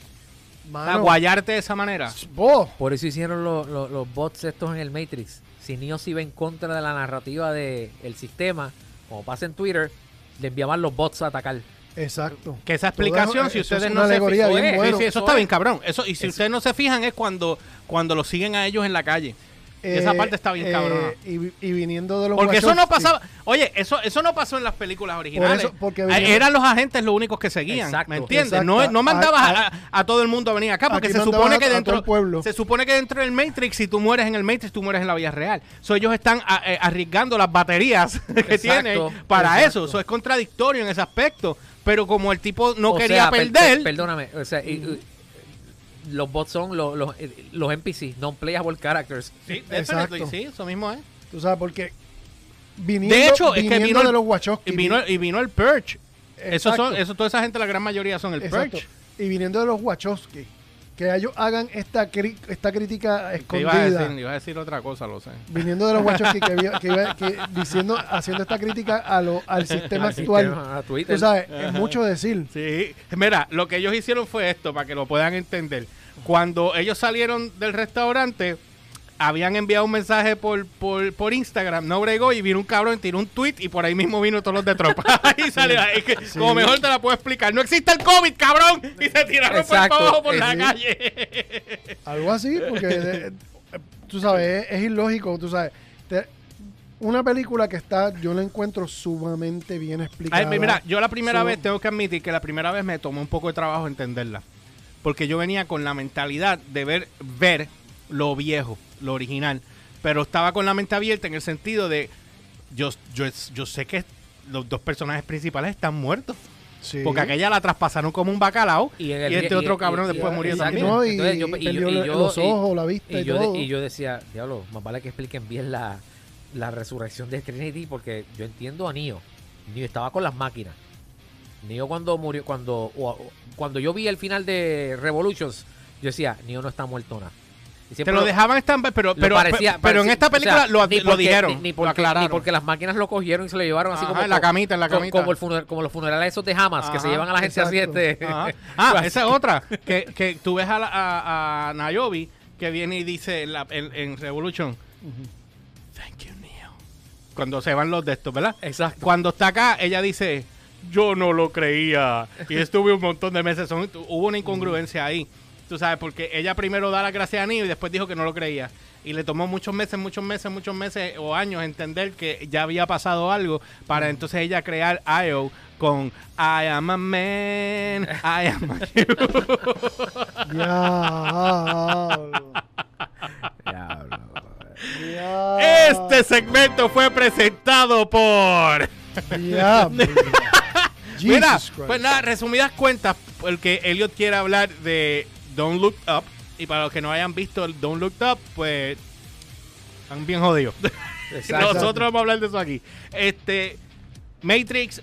Speaker 2: Mano,
Speaker 1: a guayarte de esa manera.
Speaker 2: vos,
Speaker 3: Por eso hicieron los, los- los bots estos en el Matrix. Si Neo iba en contra de la narrativa del sistema, como pasa en Twitter, le enviaban los bots a atacar.
Speaker 2: Exacto.
Speaker 1: Que esa
Speaker 2: Todo
Speaker 1: explicación,
Speaker 2: eso-
Speaker 1: si
Speaker 2: eso es
Speaker 1: ustedes
Speaker 2: una
Speaker 1: no se
Speaker 2: alegoría
Speaker 1: fijan,
Speaker 2: bien
Speaker 1: Sí,
Speaker 2: bueno.
Speaker 1: sí, eso
Speaker 3: Eso
Speaker 1: está
Speaker 3: es.
Speaker 1: bien cabrón. Eso y si ustedes no se fijan es cuando cuando los siguen a ellos en la calle. Y
Speaker 2: Eh,
Speaker 1: esa parte está bien cabrona.
Speaker 2: Y, vi- y viniendo de los
Speaker 1: Porque eso no
Speaker 2: Wachowski,
Speaker 1: pasaba. Oye, eso, eso no pasó en las películas originales.
Speaker 2: eso- porque
Speaker 1: Eh,
Speaker 2: venía-
Speaker 1: Eran los agentes los únicos que seguían.
Speaker 3: Exacto.
Speaker 1: ¿Me entiendes?
Speaker 2: Exacto.
Speaker 1: No, no mandabas
Speaker 2: A-
Speaker 1: a, a todo el mundo a venir acá. Porque
Speaker 2: Aquí
Speaker 1: se
Speaker 2: mandaban
Speaker 1: supone
Speaker 2: a-
Speaker 1: que
Speaker 2: a todo
Speaker 1: dentro.
Speaker 2: el pueblo.
Speaker 1: Se supone que dentro del Matrix, si tú mueres en el Matrix, tú mueres en la vida real. So, ellos están a- eh, arriesgando las baterías que
Speaker 3: Exacto,
Speaker 1: tienen para
Speaker 3: exacto.
Speaker 1: eso. Eso es contradictorio en ese aspecto. Pero como el tipo no
Speaker 3: O
Speaker 1: quería
Speaker 3: sea, per-
Speaker 1: perder.
Speaker 3: per- perdóname, o sea, y- y- los bots son los, los, eh, los NPCs, non-playable characters.
Speaker 1: sí, definitely,
Speaker 2: Exacto.
Speaker 1: sí, eso mismo es.
Speaker 2: Tú sabes, porque viniendo,
Speaker 1: de hecho, es que
Speaker 2: viniendo
Speaker 1: vino el,
Speaker 2: de los Wachowski.
Speaker 1: y vino, y vino el Purge. Eso
Speaker 2: Exacto.
Speaker 1: son, eso, toda esa gente, la gran mayoría son el
Speaker 2: Exacto.
Speaker 1: Purge.
Speaker 2: Y viniendo de los Wachowski, que ellos hagan esta, cri- esta crítica
Speaker 1: Te iba a,
Speaker 2: escondida.
Speaker 1: decir, iba a decir otra cosa, lo sé.
Speaker 2: Viniendo de los Wachowski, que, vi- que, iba- que diciendo, haciendo esta crítica a lo, al sistema actual.
Speaker 3: A Twitter.
Speaker 2: Tú sabes, es mucho decir.
Speaker 1: Sí, mira, lo que ellos hicieron fue esto, para que lo puedan entender. Cuando ellos salieron del restaurante, habían enviado un mensaje por, por, por Instagram, no bregó, y vino un cabrón, tiró un tweet, y por ahí mismo vino todos los de tropa. y salió ahí, que, como mejor te la puedo explicar. ¡No existe el COVID, cabrón! Y se tiraron
Speaker 3: Exacto,
Speaker 1: por abajo por
Speaker 3: eh,
Speaker 1: la
Speaker 2: sí.
Speaker 1: calle.
Speaker 2: Algo así, porque de- tú sabes, es, es ilógico, tú sabes. Te- una película que está, yo la encuentro sumamente bien explicada.
Speaker 1: Ay, mira, yo la primera
Speaker 2: So-
Speaker 1: vez tengo que admitir que la primera vez me tomó un poco de trabajo entenderla. Porque yo venía con la mentalidad de ver, ver lo viejo, lo original. Pero estaba con la mente abierta en el sentido de yo, yo, yo sé que los dos personajes principales están muertos.
Speaker 2: Sí.
Speaker 1: Porque aquella la traspasaron como un bacalao y,
Speaker 3: en el-
Speaker 1: este
Speaker 3: y-
Speaker 1: otro
Speaker 3: y-
Speaker 1: cabrón
Speaker 3: y-
Speaker 1: después
Speaker 2: y-
Speaker 1: murió
Speaker 2: exacto.
Speaker 1: también.
Speaker 2: No, y-
Speaker 3: Entonces, yo- y yo-
Speaker 2: perdió
Speaker 3: y yo-
Speaker 2: los
Speaker 3: y-
Speaker 2: ojos, la vista y
Speaker 3: yo, de-
Speaker 2: todo.
Speaker 3: y yo decía, diablo, más vale que expliquen bien la, la resurrección de Trinity porque yo entiendo a Neo. Neo estaba con las máquinas. Neo cuando murió, cuando, o- o- cuando yo vi el final de Revolutions, yo decía, Neo no está muerto nada. Y
Speaker 1: Te
Speaker 3: siempre
Speaker 1: lo dejaban estampa, pero,
Speaker 3: lo
Speaker 1: pero,
Speaker 3: parecía-
Speaker 1: pero- pero en
Speaker 3: parecía-
Speaker 1: esta
Speaker 3: o sea,
Speaker 1: película lo,
Speaker 3: ni
Speaker 1: lo
Speaker 3: porque-
Speaker 1: dijeron,
Speaker 3: Ni, ni
Speaker 1: lo
Speaker 3: porque,
Speaker 1: aclararon.
Speaker 3: ni porque las máquinas lo cogieron y se lo llevaron así
Speaker 1: Ajá,
Speaker 3: como
Speaker 1: en la
Speaker 3: co-
Speaker 1: camita, en la
Speaker 3: co-
Speaker 1: camita.
Speaker 3: Como el funeral, como los funerales esos de Hamas que se
Speaker 1: Ajá,
Speaker 3: llevan a la gente
Speaker 2: exacto.
Speaker 3: así este.
Speaker 1: Ajá. Ah, esa es otra. Que, que tú ves a, la- a- a Nayobi que viene y dice en, la- en- en Revolution, Thank you, Neo. Cuando se van los de estos, ¿verdad?
Speaker 3: Exacto.
Speaker 1: Cuando está acá, ella dice, yo no lo creía. Y estuve un montón de meses. Son- tu- hubo una incongruencia ahí. Tú sabes, porque ella primero da las gracias a Neo y después dijo que no lo creía. Y le tomó muchos meses, muchos meses, muchos meses o años entender que ya había pasado algo para entonces ella crear IO con I am a man, I am a
Speaker 2: Diablo.
Speaker 3: Diablo.
Speaker 2: Diablo.
Speaker 1: Este segmento fue presentado por...
Speaker 2: Diablo. Jesus
Speaker 1: Mira,
Speaker 2: Christ.
Speaker 1: pues nada, resumidas cuentas, porque Elliot quiere hablar de Don't Look Up. Y para los que no hayan visto el Don't Look Up, pues están bien jodidos.
Speaker 3: Exacto.
Speaker 1: Nosotros vamos a hablar de eso aquí. Este, Matrix,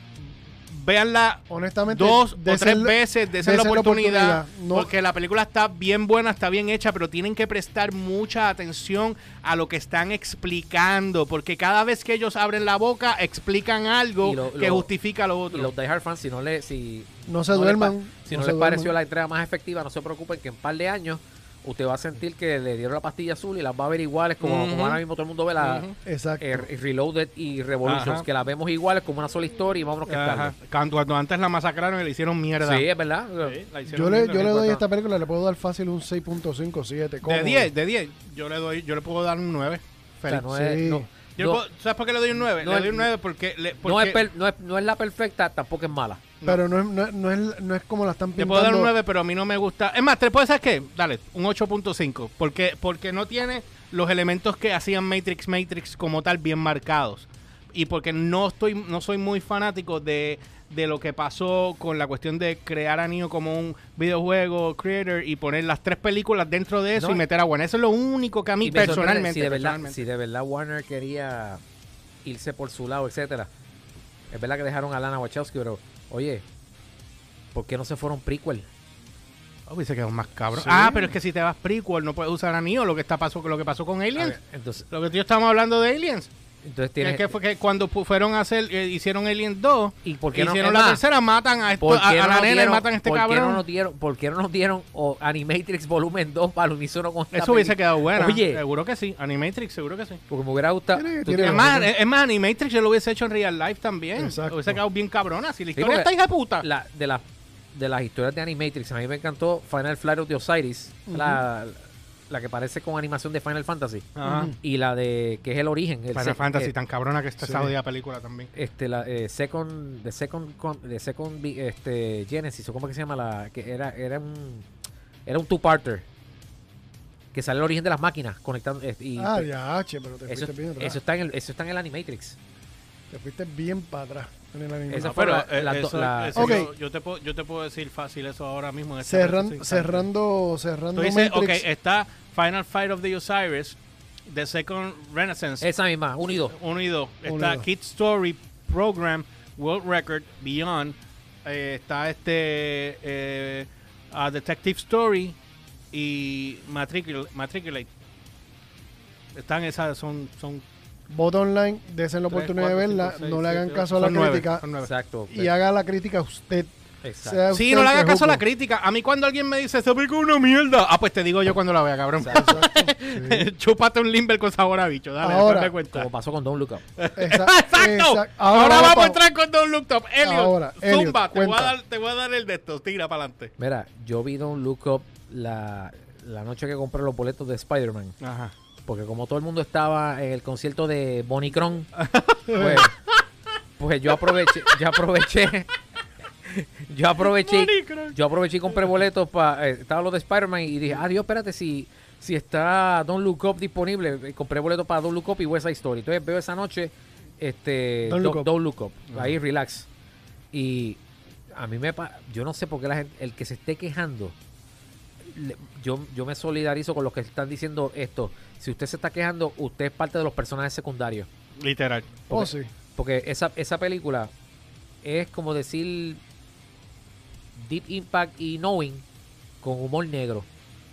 Speaker 1: véanla
Speaker 2: Honestamente,
Speaker 1: dos o
Speaker 2: desen-
Speaker 1: tres veces, de esa la
Speaker 2: desen la
Speaker 1: oportunidad.
Speaker 2: oportunidad. No-
Speaker 1: Porque la película está bien buena, está bien hecha, pero tienen que prestar mucha atención a lo que están explicando. Porque cada vez que ellos abren la boca, explican algo
Speaker 3: Y lo-
Speaker 1: que
Speaker 3: lo-
Speaker 1: justifica lo otro.
Speaker 3: Y los Die Hard fans, si no le, si
Speaker 2: No se
Speaker 3: no le
Speaker 2: duerman.
Speaker 3: pa- si no,
Speaker 2: se
Speaker 3: les
Speaker 2: duerman.
Speaker 3: pareció la entrega más efectiva, no se preocupen que en un par de años usted va a sentir que le dieron la pastilla azul y las va a ver iguales como, como
Speaker 1: Ujú.
Speaker 3: ahora mismo todo el mundo ve la
Speaker 1: Ujú.
Speaker 2: Exacto.
Speaker 3: eh, Reloaded y Revolutions,
Speaker 1: Ajá.
Speaker 3: que las vemos iguales como una sola historia y vámonos que
Speaker 1: Ajá.
Speaker 3: tal.
Speaker 1: Cuando, cuando antes la masacraron y le hicieron mierda.
Speaker 3: Sí, es verdad.
Speaker 1: Sí, la hicieron
Speaker 2: yo le,
Speaker 1: mierda.
Speaker 2: yo le doy
Speaker 3: cuatro.
Speaker 2: a esta película, le puedo dar fácil un 6.5, 7.
Speaker 1: de
Speaker 2: cómodo.
Speaker 1: 10, de 10. Yo le doy, yo le puedo dar un 9.
Speaker 3: O sea,
Speaker 1: Feliz.
Speaker 3: no es-
Speaker 2: Sí.
Speaker 3: no-
Speaker 1: Yo
Speaker 3: no-
Speaker 1: le puedo- ¿Sabes por qué le doy un 9?
Speaker 3: no
Speaker 1: le
Speaker 3: es-
Speaker 1: doy un 9 porque, le, porque
Speaker 3: no es per- no es- no es la perfecta, tampoco es mala.
Speaker 2: Pero no es, no, es- no es, no es como la están
Speaker 1: Te
Speaker 2: pintando.
Speaker 1: puedo dar un 9, pero a mí no me gusta. Es más, ¿te puedes hacer qué? Dale, un 8.5. Porque, porque no tiene los elementos que hacían Matrix Matrix como tal bien marcados. Y porque no estoy no soy muy fanático de, de lo que pasó con la cuestión de crear a Neo como un videojuego creator y poner las tres películas dentro de eso
Speaker 3: No.
Speaker 1: y meter a Warner. Eso es lo único que a mí
Speaker 3: Y me sorprende
Speaker 1: personalmente.
Speaker 3: Si de, verdad,
Speaker 1: personalmente.
Speaker 3: si de verdad Warner quería irse por su lado, etcétera. Es verdad que dejaron a Lana Wachowski, pero oye, ¿por qué no se fueron prequel?
Speaker 1: Oh, hubiese quedado más cabrón. Ah, pero es que si te vas prequel no puedes usar a Neo, lo que, está pasó, lo que pasó con
Speaker 3: A
Speaker 1: Aliens.
Speaker 3: ver, Entonces,
Speaker 1: Lo que tú y yo estábamos hablando de Aliens.
Speaker 3: entonces
Speaker 1: Que
Speaker 3: tienes
Speaker 1: es que fue que cuando pu- fueron a hacer, eh, hicieron Alien 2,
Speaker 3: ¿Y por qué no-
Speaker 1: hicieron
Speaker 3: es
Speaker 1: la
Speaker 3: más,
Speaker 1: tercera, matan a, esto-
Speaker 3: ¿Por
Speaker 1: a,
Speaker 3: qué
Speaker 1: a
Speaker 3: no
Speaker 1: la
Speaker 3: nos
Speaker 1: nena
Speaker 3: dieron-
Speaker 1: y matan a este
Speaker 3: por qué no
Speaker 1: cabrón.
Speaker 3: nos dieron, ¿Por qué no nos dieron o Animatrix Volumen 2 para el unísono con esta
Speaker 1: Eso hubiese
Speaker 3: peli?
Speaker 1: quedado bueno.
Speaker 3: Oye.
Speaker 1: Seguro que sí. Animatrix, seguro que sí.
Speaker 3: Porque me hubiera gustado.
Speaker 2: Tiene-
Speaker 3: tú
Speaker 2: tiene-
Speaker 3: tienes-
Speaker 1: Es más, es es más, Animatrix yo lo hubiese hecho en real life también.
Speaker 2: Exacto.
Speaker 1: Hubiese quedado bien cabrona. Si la
Speaker 3: Sí,
Speaker 1: historia
Speaker 3: porque
Speaker 1: está hija de puta.
Speaker 3: la- de, las de las historias de Animatrix, a mí me encantó Final Flight of the Osiris, la, la que parece con animación de Final Fantasy.
Speaker 1: Ajá.
Speaker 3: Y la de, que es el origen. El
Speaker 4: Final
Speaker 3: sec-
Speaker 4: Fantasy,
Speaker 3: eh,
Speaker 4: tan cabrona que está
Speaker 2: sí.
Speaker 4: esa jodida película también.
Speaker 3: Este, la eh, Second, the Second, Con- the Second Vi- este, Genesis, o como que se llama la, que era, era un, era un two-parter. Que sale el origen de las máquinas conectando. eh, y,
Speaker 2: Ah,
Speaker 3: eh,
Speaker 2: ya, che, pero te
Speaker 3: eso,
Speaker 2: fuiste bien atrás.
Speaker 3: eso está en el, eso está en el Animatrix.
Speaker 2: Te fuiste bien para atrás en el anime.
Speaker 3: Esa
Speaker 1: No,
Speaker 3: fue
Speaker 1: pero,
Speaker 3: la-
Speaker 1: eh,
Speaker 3: la-
Speaker 1: eso-
Speaker 3: la-
Speaker 1: eso
Speaker 2: Ok.
Speaker 1: yo, yo te puedo, yo te puedo decir fácil eso ahora mismo. en este
Speaker 2: Cerran-
Speaker 1: preciso instante.
Speaker 2: cerrando, cerrando
Speaker 1: Tú dices, ok,
Speaker 2: Matrix.
Speaker 1: está Final Fight of the Osiris, The Second Renaissance,
Speaker 3: Esa misma, unido.
Speaker 1: uno y dos.
Speaker 2: Uno y
Speaker 1: Está
Speaker 2: dos.
Speaker 1: Kid Story, Program, World Record, Beyond. eh, está este eh, a Detective Story y Matricul- Matriculate. Están esas, son, son
Speaker 2: Bot Online, desen la
Speaker 1: Tres,
Speaker 2: oportunidad de
Speaker 1: cuatro,
Speaker 2: verla,
Speaker 1: cinco, seis,
Speaker 2: no le hagan
Speaker 1: siete,
Speaker 2: caso a la
Speaker 4: Son nueve,
Speaker 2: crítica
Speaker 4: son nueve.
Speaker 3: Exacto. pues,
Speaker 2: y haga la crítica usted.
Speaker 3: Exacto.
Speaker 2: Sea
Speaker 1: Sí,
Speaker 2: usted
Speaker 1: no le
Speaker 2: el
Speaker 1: hagas
Speaker 2: que
Speaker 1: caso a la
Speaker 2: juzgue.
Speaker 1: crítica. A mí cuando alguien me dice, esa película es una mierda. Ah, pues te digo yo cuando la vea, cabrón.
Speaker 3: Exacto.
Speaker 1: Chúpate un limber con sabor a bicho. Dale,
Speaker 2: Ahora.
Speaker 1: después me cuenta.
Speaker 3: Como pasó con Don Look Up.
Speaker 2: Exa-
Speaker 1: ¡Exacto!
Speaker 2: exa-
Speaker 1: ahora vamos
Speaker 2: pa-
Speaker 1: a entrar con Don Look Top. Elliot,
Speaker 2: Ahora, Elliot,
Speaker 1: zumba, te voy, a
Speaker 2: cuenta.
Speaker 1: dar, te voy a dar el de estos. Tira para adelante.
Speaker 3: Mira, yo vi Don Look Up la, la noche que compré los boletos de Spider-Man.
Speaker 1: Ajá.
Speaker 3: Porque como todo el mundo estaba en el concierto de Bonnie Cron, pues, pues yo aproveché, yo aproveché, yo aproveché, yo aproveché y compré boletos para, estaba lo de Spider-Man y dije, ah Dios, espérate, si, si está Don Look Up disponible, eh, compré boletos para Don Look Up y West Side Story. Entonces veo esa noche, este,
Speaker 2: Don't Look Up.
Speaker 3: Don't Look Up, ahí relax. Y a mí me, pa- yo no sé por qué la gente, el que se esté quejando, le- yo, yo me solidarizo con los que están diciendo esto. Si usted se está quejando, usted es parte de los personajes secundarios.
Speaker 1: Literal.
Speaker 2: Oh, sí.
Speaker 3: Porque esa, esa película es como decir Deep Impact y Knowing con humor negro.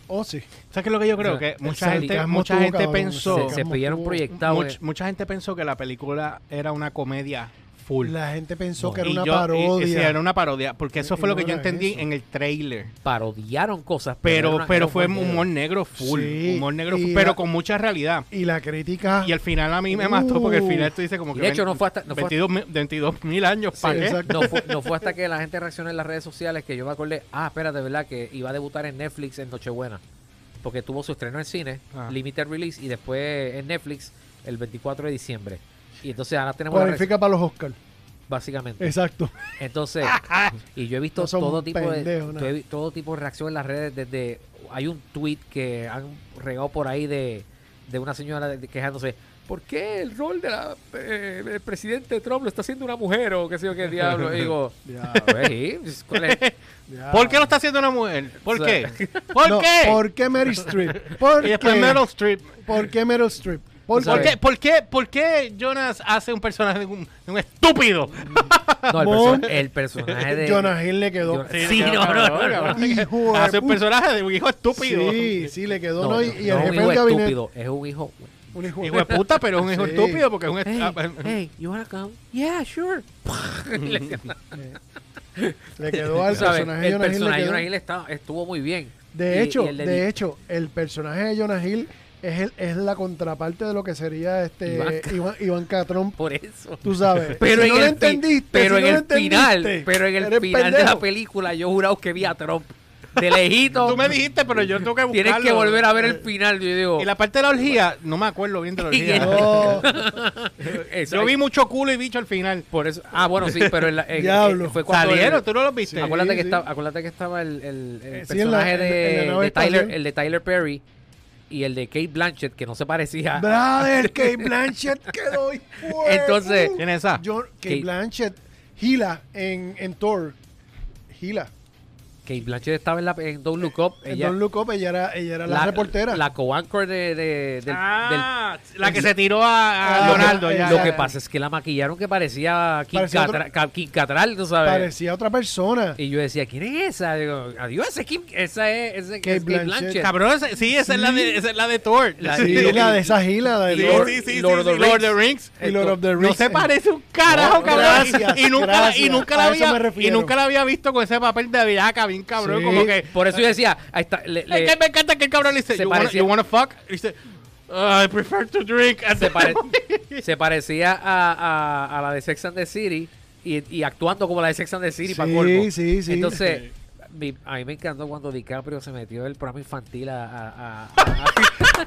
Speaker 2: Oh, sí.
Speaker 1: ¿Sabes qué es lo que yo creo?
Speaker 3: O sea, eh,
Speaker 1: que mucha
Speaker 3: el
Speaker 1: gente,
Speaker 2: sarcasmo
Speaker 1: mucha
Speaker 2: estuvo
Speaker 1: gente
Speaker 2: cabrón,
Speaker 1: pensó...
Speaker 3: se se
Speaker 2: Sarcasmo
Speaker 3: pillaron
Speaker 2: tuvo-
Speaker 3: proyectados.
Speaker 1: much- mucha gente pensó que la película era una comedia full.
Speaker 2: La gente pensó
Speaker 3: No.
Speaker 2: que era
Speaker 1: Y
Speaker 2: una
Speaker 1: yo- y- y
Speaker 2: parodia.
Speaker 1: sí, era una parodia. Porque eso
Speaker 2: Y- y
Speaker 1: fue lo
Speaker 2: no
Speaker 1: que yo
Speaker 2: era
Speaker 1: entendí
Speaker 2: eso.
Speaker 1: en el trailer.
Speaker 3: eh, parodiaron cosas.
Speaker 1: Pero,
Speaker 3: era una-
Speaker 1: pero
Speaker 3: era
Speaker 1: fue humor, negro
Speaker 3: negro.
Speaker 1: full.
Speaker 2: Sí,
Speaker 1: humor negro
Speaker 2: y
Speaker 1: full,
Speaker 2: la-
Speaker 1: pero con mucha realidad.
Speaker 2: Y la crítica.
Speaker 1: Y al final a mí me mató porque al final tú dices como
Speaker 3: Uh. Y
Speaker 1: que.
Speaker 3: de hecho
Speaker 1: ven-
Speaker 3: no fue hasta- no fue
Speaker 1: 22 mil- 22 mil años,
Speaker 2: Sí,
Speaker 1: ¿para qué?
Speaker 2: exacto.
Speaker 3: No fue, no fue hasta que la gente reaccionó en las redes sociales que yo me acordé, ah, espérate, ¿verdad? Que iba a debutar en Netflix en Nochebuena. Porque tuvo su estreno en cine,
Speaker 1: Ah.
Speaker 3: limited release, y después en Netflix el 24 de diciembre. Y entonces ahora tenemos la res-
Speaker 2: Cualifica para los Oscars.
Speaker 3: básicamente.
Speaker 2: Exacto.
Speaker 3: Entonces, y yo he visto
Speaker 2: No son
Speaker 3: todo tipo
Speaker 2: pendejos,
Speaker 3: de
Speaker 2: ¿no?
Speaker 3: yo he vi- todo tipo de reacción en las redes desde hay un tweet que han regado por ahí de, de una señora de- quejándose ¿Por qué el rol eh, del presidente Trump lo está haciendo una mujer o qué sé yo qué diablo? Y digo,
Speaker 2: Ya,
Speaker 3: "Güey, ¿cuál es?
Speaker 2: ya.
Speaker 1: ¿Por qué lo está haciendo una mujer? ¿Por
Speaker 3: O
Speaker 1: qué?
Speaker 3: sea-
Speaker 1: ¿Por
Speaker 2: No,
Speaker 1: qué?
Speaker 2: ¿Por qué Meryl Streep? ¿Por
Speaker 1: Y después
Speaker 2: qué?
Speaker 1: Meryl Streep.
Speaker 2: ¿Por qué Meryl Streep?
Speaker 1: ¿Por
Speaker 2: ¿Por
Speaker 3: ¿Sabes?
Speaker 1: qué, por, qué, ¿Por qué Jonas hace un personaje de un, de un estúpido?
Speaker 3: No, el,
Speaker 2: Mon-
Speaker 3: perso- el personaje de
Speaker 2: Jonah Hill le quedó.
Speaker 3: Jonah- Sí,
Speaker 1: no, no, no, no.
Speaker 2: Hijo de
Speaker 1: Hace un
Speaker 2: puta.
Speaker 1: personaje de un hijo estúpido.
Speaker 2: Sí, sí, le quedó.
Speaker 3: no,
Speaker 2: ¿no? y,
Speaker 3: no,
Speaker 2: y
Speaker 3: no
Speaker 2: el
Speaker 3: es un
Speaker 2: jefe
Speaker 3: hijo
Speaker 2: del gabinete.
Speaker 3: estúpido, es un hijo.
Speaker 2: Un hijo
Speaker 1: Hijo de puta, pero es un hijo
Speaker 2: Sí.
Speaker 1: estúpido porque es un.
Speaker 3: Hey,
Speaker 1: est- ah,
Speaker 3: hey, you wanna come? Yeah, sure.
Speaker 2: Le quedó al
Speaker 3: Tú sabes,
Speaker 2: personaje de
Speaker 3: el
Speaker 2: Jonah Hill. le
Speaker 3: personaje de
Speaker 2: quedó-
Speaker 3: Jonah Hill está- estuvo muy bien.
Speaker 2: De
Speaker 3: Y-
Speaker 2: hecho,
Speaker 3: y el
Speaker 2: de,
Speaker 3: de Di-
Speaker 2: hecho, el personaje de Jonah Hill es, el, es la contraparte de lo que sería este
Speaker 3: Ivanka.
Speaker 2: Iván, Ivanka Trump.
Speaker 3: Por eso.
Speaker 2: Tú sabes.
Speaker 3: Pero
Speaker 2: Si
Speaker 3: en
Speaker 2: no lo
Speaker 3: el, fi-
Speaker 2: entendiste,
Speaker 3: pero
Speaker 2: si
Speaker 3: en
Speaker 2: no lo
Speaker 3: el final,
Speaker 2: entendiste,
Speaker 3: pero en el
Speaker 2: eres
Speaker 3: final de
Speaker 2: pendejo.
Speaker 3: la película yo jurado que vi a Trump de lejito.
Speaker 1: Tú me dijiste, pero yo tengo que buscarlo. Eh,
Speaker 3: Tienes que volver a ver el final, yo digo.
Speaker 1: Y la parte de la orgía, no me acuerdo bien de la orgía.
Speaker 2: No,
Speaker 3: eso-
Speaker 1: Yo vi mucho culo y bicho al final.
Speaker 3: por eso. eh, Ah, bueno, sí, pero en la- en-
Speaker 2: Diablo.
Speaker 3: eh, fue cuando
Speaker 1: Salieron,
Speaker 3: el-
Speaker 1: tú no los viste.
Speaker 2: Sí.
Speaker 3: acuérdate que
Speaker 2: sí.
Speaker 3: estaba, acuérdate que estaba el, el- el
Speaker 2: Eh, sí, en la-
Speaker 3: personaje
Speaker 2: en la-
Speaker 3: de,
Speaker 2: en la nave
Speaker 3: de Tyler,
Speaker 2: espacial.
Speaker 3: el de Tyler Perry y el de Kate Blanchett que no se parecía.
Speaker 2: brother, Kate Blanchett quedó hijo de
Speaker 3: Entonces,
Speaker 2: puta.
Speaker 1: ¿Quién es esa?
Speaker 2: Yo- Kate
Speaker 3: Kate-
Speaker 2: Blanchett, Gila en, en Thor. Gila.
Speaker 3: Kate Blanchett estaba en, la, en Don't Look Up.
Speaker 2: En
Speaker 3: ella-
Speaker 2: Don't Look Up, ella era, ella era la, reportera.
Speaker 3: La co-anchor de, de- del-
Speaker 1: ah, la que se tiró a, a
Speaker 2: Ah,
Speaker 1: Leonardo.
Speaker 2: lo que-
Speaker 1: ya,
Speaker 3: del- Lo
Speaker 1: ya,
Speaker 3: que
Speaker 1: ya.
Speaker 3: pasa es que la maquillaron que parecía Kim,
Speaker 2: Parecía otro-
Speaker 3: Catra- Ca- Kim Catral, tú sabes.
Speaker 2: Parecía otra persona.
Speaker 3: Y yo decía, ¿quién es esa? Digo, Adiós, ese Kim, esa es, esa
Speaker 2: Kate
Speaker 3: es Kate Blanchett.
Speaker 2: Blanchett.
Speaker 1: Cabrón, esa- sí, esa, Es la de, esa es la de Thor.
Speaker 3: La-
Speaker 1: Sí,
Speaker 2: Sí, la de esa Gila. De
Speaker 1: sí,
Speaker 2: Thor.
Speaker 1: sí, sí, sí,
Speaker 3: Lord of the
Speaker 1: sí, Lord of the Rings.
Speaker 2: Y Lord of the
Speaker 1: No
Speaker 2: Rings.
Speaker 1: se parece un carajo,
Speaker 3: No,
Speaker 1: cabrón. Y-
Speaker 2: gracias,
Speaker 1: y, nunca,
Speaker 2: gracias.
Speaker 1: y nunca
Speaker 2: A
Speaker 1: la
Speaker 2: eso me
Speaker 1: había, y
Speaker 2: refiero.
Speaker 1: nunca la había visto con ese papel de viaca, bien cabrón.
Speaker 2: Sí.
Speaker 1: Como que.
Speaker 3: Eh, Por
Speaker 2: eh,
Speaker 3: eso yo decía, ahí está, le- le-
Speaker 1: Es que me encanta que el cabrón le dice,
Speaker 3: Se
Speaker 1: you wanna,
Speaker 3: parecía-
Speaker 1: you wanna fuck? Y dice, "Uh, I prefer to drink. And
Speaker 3: se, pare- se parecía a, a- a la de Sex and the City y, y actuando como la de Sex and the City para
Speaker 2: Sí,
Speaker 3: colmo.
Speaker 2: sí, sí.
Speaker 3: Entonces, mi- a mí me encantó cuando DiCaprio se metió el programa infantil a. a- a-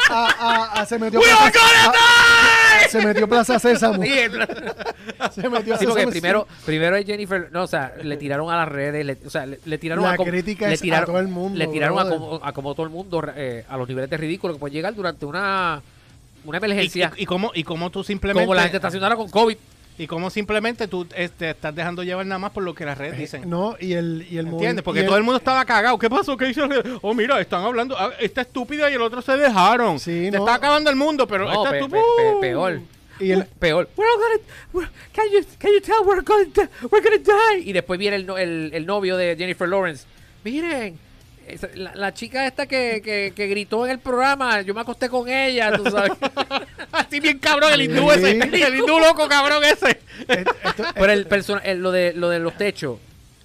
Speaker 2: Ah, ah, ah, se metió plaza, ah, se metió plaza Sésamo. Se metió a
Speaker 3: Sí, porque
Speaker 2: Sésamo
Speaker 3: primero, primero es Jennifer. No, o sea, le tiraron a las redes, le, o sea, le, le tiraron
Speaker 2: La
Speaker 3: a. como-
Speaker 2: crítica
Speaker 3: le
Speaker 2: es a todo el mundo,
Speaker 3: Le tiraron a
Speaker 2: brother.
Speaker 3: como, a como todo el mundo, eh, a los niveles de ridículo que puede llegar durante una, una
Speaker 1: Y,
Speaker 3: emergencia.
Speaker 1: y- y cómo, y cómo tú simplemente.
Speaker 3: como la gente estacionara con COVID.
Speaker 1: Y cómo simplemente tú este, estás dejando llevar nada más por lo que las
Speaker 2: Pues,
Speaker 1: redes dicen.
Speaker 2: No, y el, y el
Speaker 1: ¿Entiendes?
Speaker 2: movi-
Speaker 1: Porque
Speaker 2: y
Speaker 1: todo el mundo estaba cagado. ¿Qué pasó? ¿Qué hizo? el- Oh, mira, están hablando. ah, Esta estúpida y el otro se dejaron.
Speaker 2: Sí,
Speaker 1: Se
Speaker 2: no.
Speaker 1: está acabando el mundo, pero
Speaker 3: No,
Speaker 1: esta
Speaker 3: pe-
Speaker 1: estup-
Speaker 3: pe- pe-
Speaker 1: ¡Uh!
Speaker 3: peor.
Speaker 2: Y el-
Speaker 3: peor. We're all gonna, we're- can, you, can you tell we're gonna, di- we're gonna die? Y después viene el, no- el, el novio de Jennifer Lawrence. Miren, esa- la, la chica esta que, que, que gritó en el programa, yo me acosté con ella, tú sabes.
Speaker 1: Así bien cabrón, el hindú
Speaker 2: Sí.
Speaker 1: ese. El hindú loco, cabrón ese.
Speaker 2: est- esto-
Speaker 3: Pero
Speaker 1: Este, eh.
Speaker 3: el persona, el- lo, de, lo de los techos.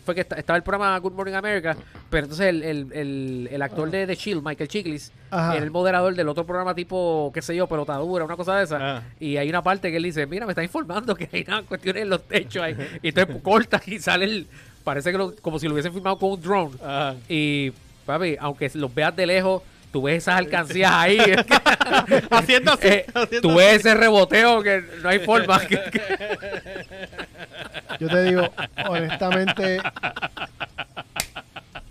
Speaker 3: Fue que esta- estaba el programa Good Morning America,
Speaker 1: Ah.
Speaker 3: pero entonces el, el, el, el actor de The Shield, Michael Chiklis,
Speaker 2: Ajá.
Speaker 3: era el moderador del otro programa tipo, qué sé yo, pelotadura, una cosa de esa.
Speaker 1: Ah.
Speaker 3: Y hay una parte que él dice, mira, me está informando que hay unas cuestiones en los techos ahí. Y entonces corta y sale el, parece que lo- como si lo hubiesen filmado con un drone.
Speaker 1: Ajá.
Speaker 3: Y, papi, aunque los veas de lejos, tú ves esas alcancías ahí.
Speaker 1: Haciendo así,
Speaker 3: Eh,
Speaker 1: haciendo así.
Speaker 3: tú ves ese reboteo que no hay forma. que- que-
Speaker 2: Yo te digo, honestamente,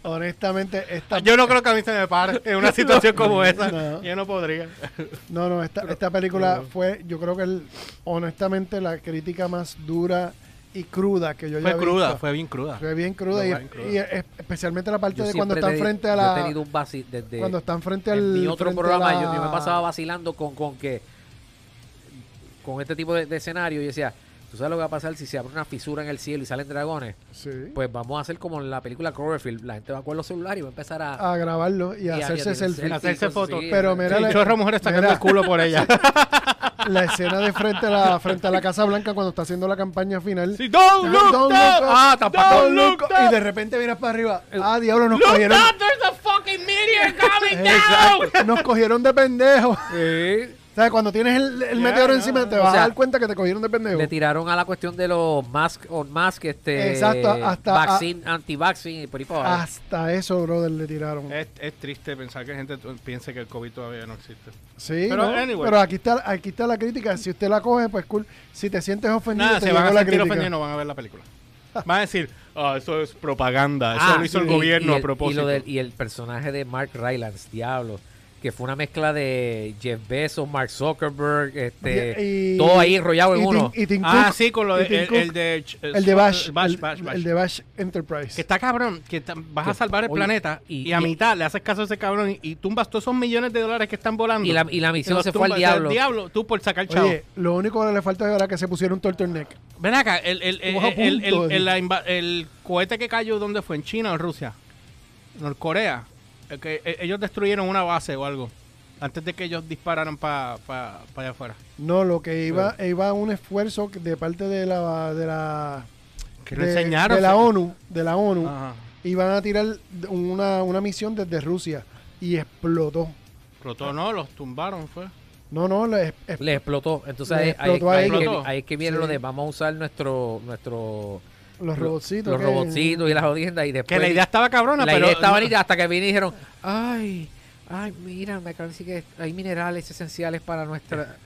Speaker 2: honestamente, esta,
Speaker 1: Yo no creo que a mí se me pare en una situación como esa.
Speaker 2: No.
Speaker 1: Yo no podría.
Speaker 2: no, no, esta, esta película fue, yo creo que el, honestamente la crítica más dura y cruda que yo
Speaker 1: Fue
Speaker 2: haya
Speaker 1: cruda,
Speaker 2: visto.
Speaker 1: fue bien cruda.
Speaker 2: Fue bien cruda,
Speaker 1: No,
Speaker 2: y,
Speaker 1: bien cruda.
Speaker 2: y es- especialmente la parte
Speaker 3: Yo
Speaker 2: de cuando
Speaker 3: siempre
Speaker 2: están
Speaker 3: te-
Speaker 2: frente a
Speaker 3: yo
Speaker 2: la
Speaker 3: he tenido un vacil desde
Speaker 2: cuando están frente al
Speaker 3: en mi otro
Speaker 2: frente a
Speaker 3: programa
Speaker 2: la-
Speaker 3: yo, yo me pasaba vacilando con, con que con este tipo de, de escenario y decía tú sabes lo que va a pasar si se abre una fisura en el cielo y salen dragones
Speaker 2: Sí.
Speaker 3: pues vamos a hacer como en la película Cloverfield la gente va a coger los celulares y va a empezar a,
Speaker 2: a grabarlo Ah, y a
Speaker 3: y a- y a
Speaker 2: hacerse
Speaker 3: tirar
Speaker 2: selfie.
Speaker 3: selfies,
Speaker 1: Hacerse
Speaker 3: cosas
Speaker 1: fotos.
Speaker 3: así.
Speaker 2: Pero
Speaker 1: El
Speaker 2: mira, la-
Speaker 1: chorro mujer sacando
Speaker 2: mira.
Speaker 1: el culo por ella.
Speaker 2: La escena de frente a la frente a la Casa Blanca cuando está haciendo la campaña final.
Speaker 1: Sí, don't look
Speaker 2: Don't
Speaker 1: up.
Speaker 2: look up.
Speaker 1: Ah, tampoco.
Speaker 2: Don't look up. Y
Speaker 1: up.
Speaker 2: de repente miras para arriba. Ah, diablo, nos
Speaker 1: Look
Speaker 2: cogieron.
Speaker 1: up, there's a fucking meteor coming down.
Speaker 2: Exacto. Nos cogieron de pendejo. O
Speaker 3: Sí.
Speaker 2: sea, cuando tienes el, el meteoro encima te vas
Speaker 3: sea,
Speaker 2: a dar cuenta que te cogieron de pendejo.
Speaker 3: le tiraron a la cuestión de los mask on mask este
Speaker 2: Exacto, hasta-
Speaker 3: vaccine anti vaccine y por ahí para abajo.
Speaker 2: Hasta eso, brother, le tiraron.
Speaker 1: Es, es triste pensar que gente tu- piense que el COVID todavía no existe.
Speaker 2: sí,
Speaker 1: pero
Speaker 2: pero,
Speaker 1: anyway.
Speaker 2: pero aquí está aquí está la crítica. Si usted la coge, pues cool. Si te sientes ofendido,
Speaker 1: Nada,
Speaker 2: te
Speaker 1: se van a
Speaker 2: llegó la
Speaker 1: sentir
Speaker 2: crítica.
Speaker 1: ofendidos y no van a ver la película. Van a decir, "Ah, eso es propaganda, eso
Speaker 3: Ah,
Speaker 1: lo hizo el
Speaker 3: y-
Speaker 1: gobierno
Speaker 3: y
Speaker 1: a propósito.
Speaker 3: Y, lo del- y el personaje de Mark Rylance, diablo, que fue una mezcla de Jeff Bezos, Mark Zuckerberg, este,
Speaker 2: Y-
Speaker 3: todo ahí enrollado en
Speaker 2: y Tim-
Speaker 3: uno.
Speaker 2: y Tim
Speaker 1: ah,
Speaker 2: Cook.
Speaker 1: sí, con lo de,
Speaker 2: Y Tim
Speaker 1: el,
Speaker 2: Cook.
Speaker 1: el de... ch-
Speaker 2: El de Bash,
Speaker 1: Bash,
Speaker 2: el,
Speaker 1: Bash, Bash.
Speaker 2: el de Bash
Speaker 1: Que
Speaker 2: Enterprise.
Speaker 1: está cabrón, que está- vas a
Speaker 3: Que-
Speaker 1: salvar el
Speaker 3: oye,
Speaker 1: planeta y,
Speaker 3: y-
Speaker 1: a
Speaker 3: y-
Speaker 1: mitad le haces caso a ese cabrón y, y tumbas todos esos millones de dólares que están volando.
Speaker 3: Y la- y la misión
Speaker 1: los
Speaker 3: se fue al
Speaker 1: tumbas, o sea,
Speaker 3: diablo.
Speaker 1: diablo, tú por sacar chavo.
Speaker 2: Oye, lo único que le falta es que se pusieron un turtleneck.
Speaker 1: Ven acá, el, el, el,
Speaker 2: Estamos a
Speaker 1: el- el-
Speaker 2: punto,
Speaker 1: el- la
Speaker 2: así.
Speaker 1: inva- el cohete que cayó, ¿dónde fue? ¿En China o en Rusia? ¿Norcorea? El que- e- ellos destruyeron una base o algo antes de que ellos dispararan para allá afuera.
Speaker 2: No, lo que iba, iba a un esfuerzo que de parte de la de la
Speaker 1: Que lo
Speaker 2: de-
Speaker 1: enseñaron.
Speaker 2: de la ONU, de la ONU,
Speaker 1: Ajá,
Speaker 2: iban a tirar una, una misión desde Rusia y explotó.
Speaker 1: Explotó, no, los tumbaron, fue.
Speaker 2: No, no, le- es-
Speaker 3: Le explotó. Entonces
Speaker 2: Le
Speaker 3: ahí, ahí-
Speaker 2: explotó
Speaker 3: ahí
Speaker 2: ahí.
Speaker 3: es que,
Speaker 1: Explotó.
Speaker 3: ahí es que viene
Speaker 2: Sí.
Speaker 3: lo de vamos a usar nuestro nuestro
Speaker 2: los robotcitos.
Speaker 3: los
Speaker 2: que-
Speaker 3: robotcitos y las jodiendas y
Speaker 1: Que
Speaker 3: después
Speaker 1: la idea estaba cabrona,
Speaker 3: la
Speaker 1: pero.
Speaker 3: idea estaba ahorita hasta que vinieron y dijeron, "Ay, ay, mira, me parece que hay minerales esenciales para nuestra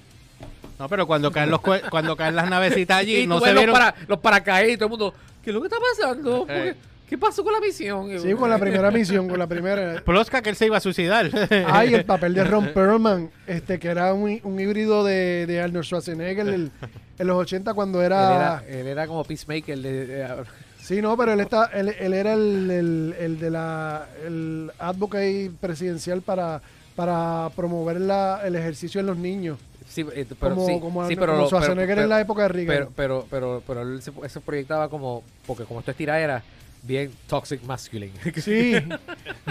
Speaker 1: No, pero cuando caen, los, cue- cuando caen las navecitas allí,
Speaker 3: y
Speaker 1: no
Speaker 3: tú
Speaker 1: se
Speaker 3: ves
Speaker 1: vieron.
Speaker 3: los, para, los paracaídas y todo el mundo, ¿qué es lo que está pasando? ¿Por
Speaker 1: Eh.
Speaker 3: qué- ¿Qué pasó con la misión?
Speaker 2: Sí, con la primera misión, con la primera.
Speaker 1: Plosca que él se iba a suicidar.
Speaker 2: Ay, el papel de Ron Perlman, este, que era un, un híbrido de, de Arnold Schwarzenegger el- en los 80 cuando
Speaker 3: Él
Speaker 2: era...
Speaker 3: era, él era como peacemaker. de- de-
Speaker 2: Sí, no, pero él, está, él, él era el, el- el de la, el advocate presidencial para, para promover la, el ejercicio en los niños.
Speaker 3: sí, eh, pero
Speaker 2: como,
Speaker 3: sí,
Speaker 2: como,
Speaker 3: sí,
Speaker 2: Arnold-
Speaker 3: pero,
Speaker 2: como
Speaker 3: lo-
Speaker 2: Schwarzenegger
Speaker 3: pero-
Speaker 2: en la época de Reagan.
Speaker 3: pero, pero, pero, pero él se, se proyectaba como, porque como esto es era bien toxic masculine.
Speaker 2: sí.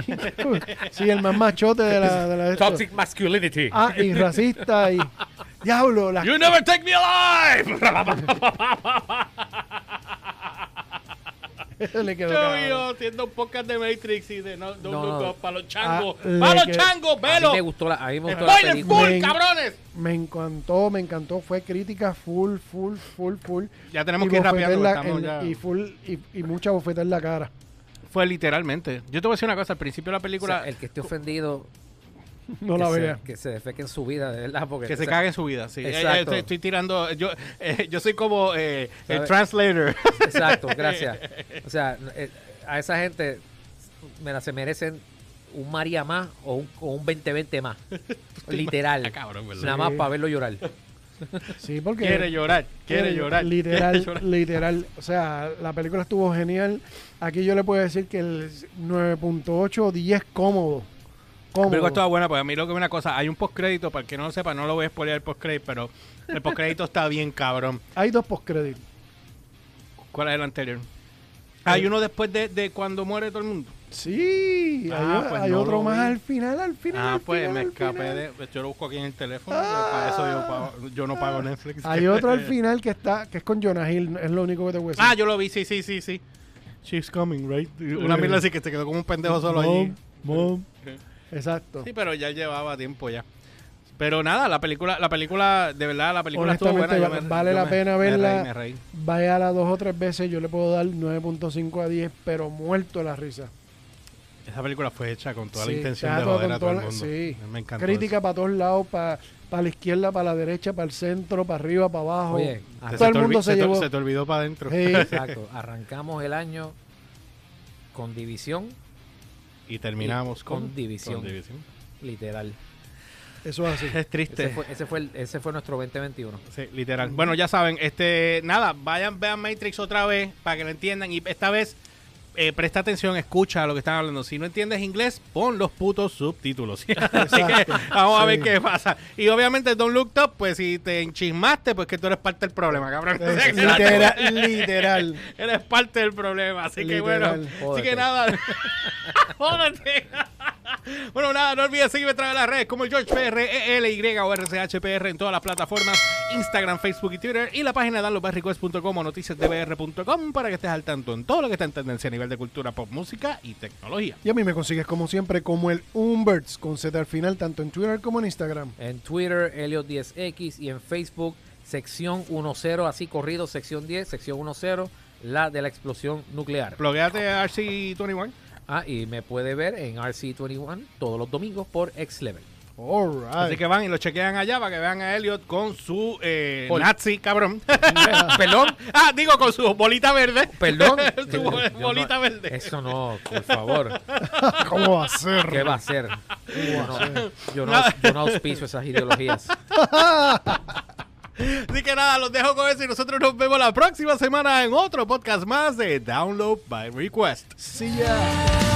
Speaker 2: sí, el más machote de la... De la de esto.
Speaker 3: toxic masculinity.
Speaker 2: Ah, y racista y... Diablo, las
Speaker 1: You never take me alive!
Speaker 2: le quedó
Speaker 1: Yo
Speaker 2: cabrón.
Speaker 1: yo haciendo un podcast de Matrix y de no, no,
Speaker 3: No, no.
Speaker 1: para los changos.
Speaker 2: Ah, le
Speaker 1: para los
Speaker 2: que-
Speaker 1: changos,
Speaker 3: a mí me
Speaker 1: velo.
Speaker 3: gustó la, a mí me gustó la
Speaker 1: Spoiler
Speaker 3: película.
Speaker 1: full,
Speaker 2: Me-
Speaker 1: cabrones.
Speaker 2: Me encantó, me encantó. Fue crítica full, full, full, full.
Speaker 1: Ya tenemos
Speaker 2: Y
Speaker 1: que ir
Speaker 2: bofetada
Speaker 1: rapeando.
Speaker 2: en la-
Speaker 1: estamos
Speaker 2: en-
Speaker 1: ya-
Speaker 2: Y full, y, y mucha bofeta en la cara.
Speaker 1: Fue literalmente. Yo te voy a decir una cosa, al principio de la
Speaker 3: O sea,
Speaker 1: película,
Speaker 3: el que esté ofendido,
Speaker 2: No
Speaker 3: que,
Speaker 2: la
Speaker 3: se,
Speaker 2: vea.
Speaker 3: que se defeque en su vida, de verdad. Porque,
Speaker 1: que se
Speaker 3: o sea,
Speaker 1: cague en su vida. Sí. Eh, eh,
Speaker 3: Exacto.
Speaker 1: estoy, estoy tirando, yo, eh, yo soy como eh, el
Speaker 3: ¿Sabe?
Speaker 1: translator.
Speaker 3: Exacto, gracias. O sea, eh, a esa gente mira, se merecen un María más o un, o un 2020 más. Literal.
Speaker 1: Está cabrón, ¿verdad?
Speaker 3: Nada más
Speaker 2: Sí.
Speaker 3: para verlo llorar.
Speaker 2: Sí, porque.
Speaker 1: Quiere llorar, quiere llorar.
Speaker 2: Eh, Literal,
Speaker 1: quiere llorar.
Speaker 2: literal. O sea, la película estuvo genial. Aquí yo le puedo decir que el 9.8 o 10 cómodo.
Speaker 1: La película estaba
Speaker 2: Cómodo.
Speaker 1: buena, pues a mí lo que es una cosa, hay un postcrédito, para el que no lo sepa, no lo voy a spoilear el postcrédito, pero el postcrédito está bien cabrón.
Speaker 2: Hay dos postcréditos.
Speaker 1: ¿Cuál es el anterior? Hay uno después de, de cuando muere todo el mundo.
Speaker 2: Sí,
Speaker 1: Ah,
Speaker 2: hay,
Speaker 1: pues
Speaker 2: hay
Speaker 1: no
Speaker 2: otro
Speaker 1: lo
Speaker 2: más
Speaker 1: vi.
Speaker 2: al final, al final.
Speaker 1: Ah,
Speaker 2: al
Speaker 1: pues
Speaker 2: final,
Speaker 1: me
Speaker 2: al
Speaker 1: escapé
Speaker 2: final.
Speaker 1: de... Yo lo busco aquí en el teléfono,
Speaker 2: Ah.
Speaker 1: para eso yo, pago- yo no pago Netflix.
Speaker 2: Hay otro al final que está, que es con Jonah Hill, es lo único que te voy a decir.
Speaker 1: Ah, yo lo vi, sí, sí, sí, sí. She's coming, right? Una mierda así que se quedó como un pendejo solo
Speaker 2: Mom,
Speaker 1: allí.
Speaker 2: mom. Exacto.
Speaker 1: Sí, pero ya llevaba tiempo ya. Pero nada, la película, la película, de verdad, la película estuvo buena.
Speaker 2: Honestamente,
Speaker 1: yo me-
Speaker 2: vale
Speaker 1: yo
Speaker 2: la
Speaker 1: me-
Speaker 2: pena
Speaker 1: me reí,
Speaker 2: verla.
Speaker 1: me reí.
Speaker 2: Vaya a las dos o tres veces, yo le puedo dar 9.5 a 10, pero muerto de la risa.
Speaker 1: Esa película fue hecha con toda la
Speaker 2: Sí,
Speaker 1: intención de
Speaker 2: teatro
Speaker 1: joder a
Speaker 2: con
Speaker 1: todo el
Speaker 2: toda la-
Speaker 1: mundo.
Speaker 2: sí.
Speaker 1: Me encantó.
Speaker 2: Crítica para todos lados, para la izquierda, para la derecha, para el centro, para arriba, para abajo.
Speaker 3: Oye,
Speaker 1: eso.
Speaker 3: arran-
Speaker 2: todo el
Speaker 1: te olvi-
Speaker 2: mundo se
Speaker 1: te-
Speaker 2: llevó.
Speaker 1: Se te olvidó para adentro.
Speaker 2: Sí,
Speaker 3: exacto, arrancamos el año con división,
Speaker 1: Y terminamos
Speaker 3: Y
Speaker 1: con,
Speaker 3: con división. literal.
Speaker 2: eso es así.
Speaker 1: Es triste.
Speaker 3: Ese fue, ese fue, el- ese fue nuestro 2021.
Speaker 1: Sí, literal. Bueno, ya saben, este, nada, vayan, vean Matrix otra vez para que lo entiendan. Y esta vez, eh, presta atención, escucha lo que están hablando. Si no entiendes inglés, pon los putos subtítulos. Así que
Speaker 2: Exacto,
Speaker 1: vamos a
Speaker 2: sí.
Speaker 1: ver qué pasa. Y obviamente, Don't Look Up, pues si te enchismaste, pues que tú eres parte del problema, cabrón. O sea, que no te-
Speaker 2: literal, literal.
Speaker 1: Eres parte del problema, así que
Speaker 2: Literal.
Speaker 1: bueno. Así
Speaker 3: Jódete.
Speaker 1: que nada. Jódete. bueno, nada, no olvides seguirme a través de las redes como el George PR, ELY o RCHPR en todas las plataformas: Instagram, Facebook y Twitter. Y la página danlosbarricues.com o noticiasdbr.com para que estés al tanto en todo lo que está en tendencia a nivel de cultura, pop, música y tecnología.
Speaker 2: Y a mí me consigues como siempre como el Umberts con Z al final, tanto en Twitter como en Instagram.
Speaker 3: En Twitter, Helios10X y en Facebook, sección 10, así corrido, sección 10, sección 10, la de la explosión nuclear.
Speaker 1: Blogueate a RC21.
Speaker 3: Ah, y me puede ver en RC21 todos los domingos por X Level.
Speaker 2: All
Speaker 1: Así
Speaker 2: right.
Speaker 1: que van y lo chequean allá para que vean a Elliot con su eh,
Speaker 3: Pol-
Speaker 1: Nazi, cabrón.
Speaker 3: perdón,
Speaker 1: ah, digo, con su bolita verde.
Speaker 3: perdón.
Speaker 1: Su
Speaker 3: Yo- yo no-
Speaker 1: bolita verde.
Speaker 3: Eso no, por favor.
Speaker 2: ¿Cómo va a ser?
Speaker 3: ¿Qué va a ser? Yo no, yo no, yo no auspicio esas ideologías.
Speaker 1: Así que nada, los dejo con eso y nosotros nos vemos la próxima semana en otro podcast más de Download by Request.
Speaker 2: See ya.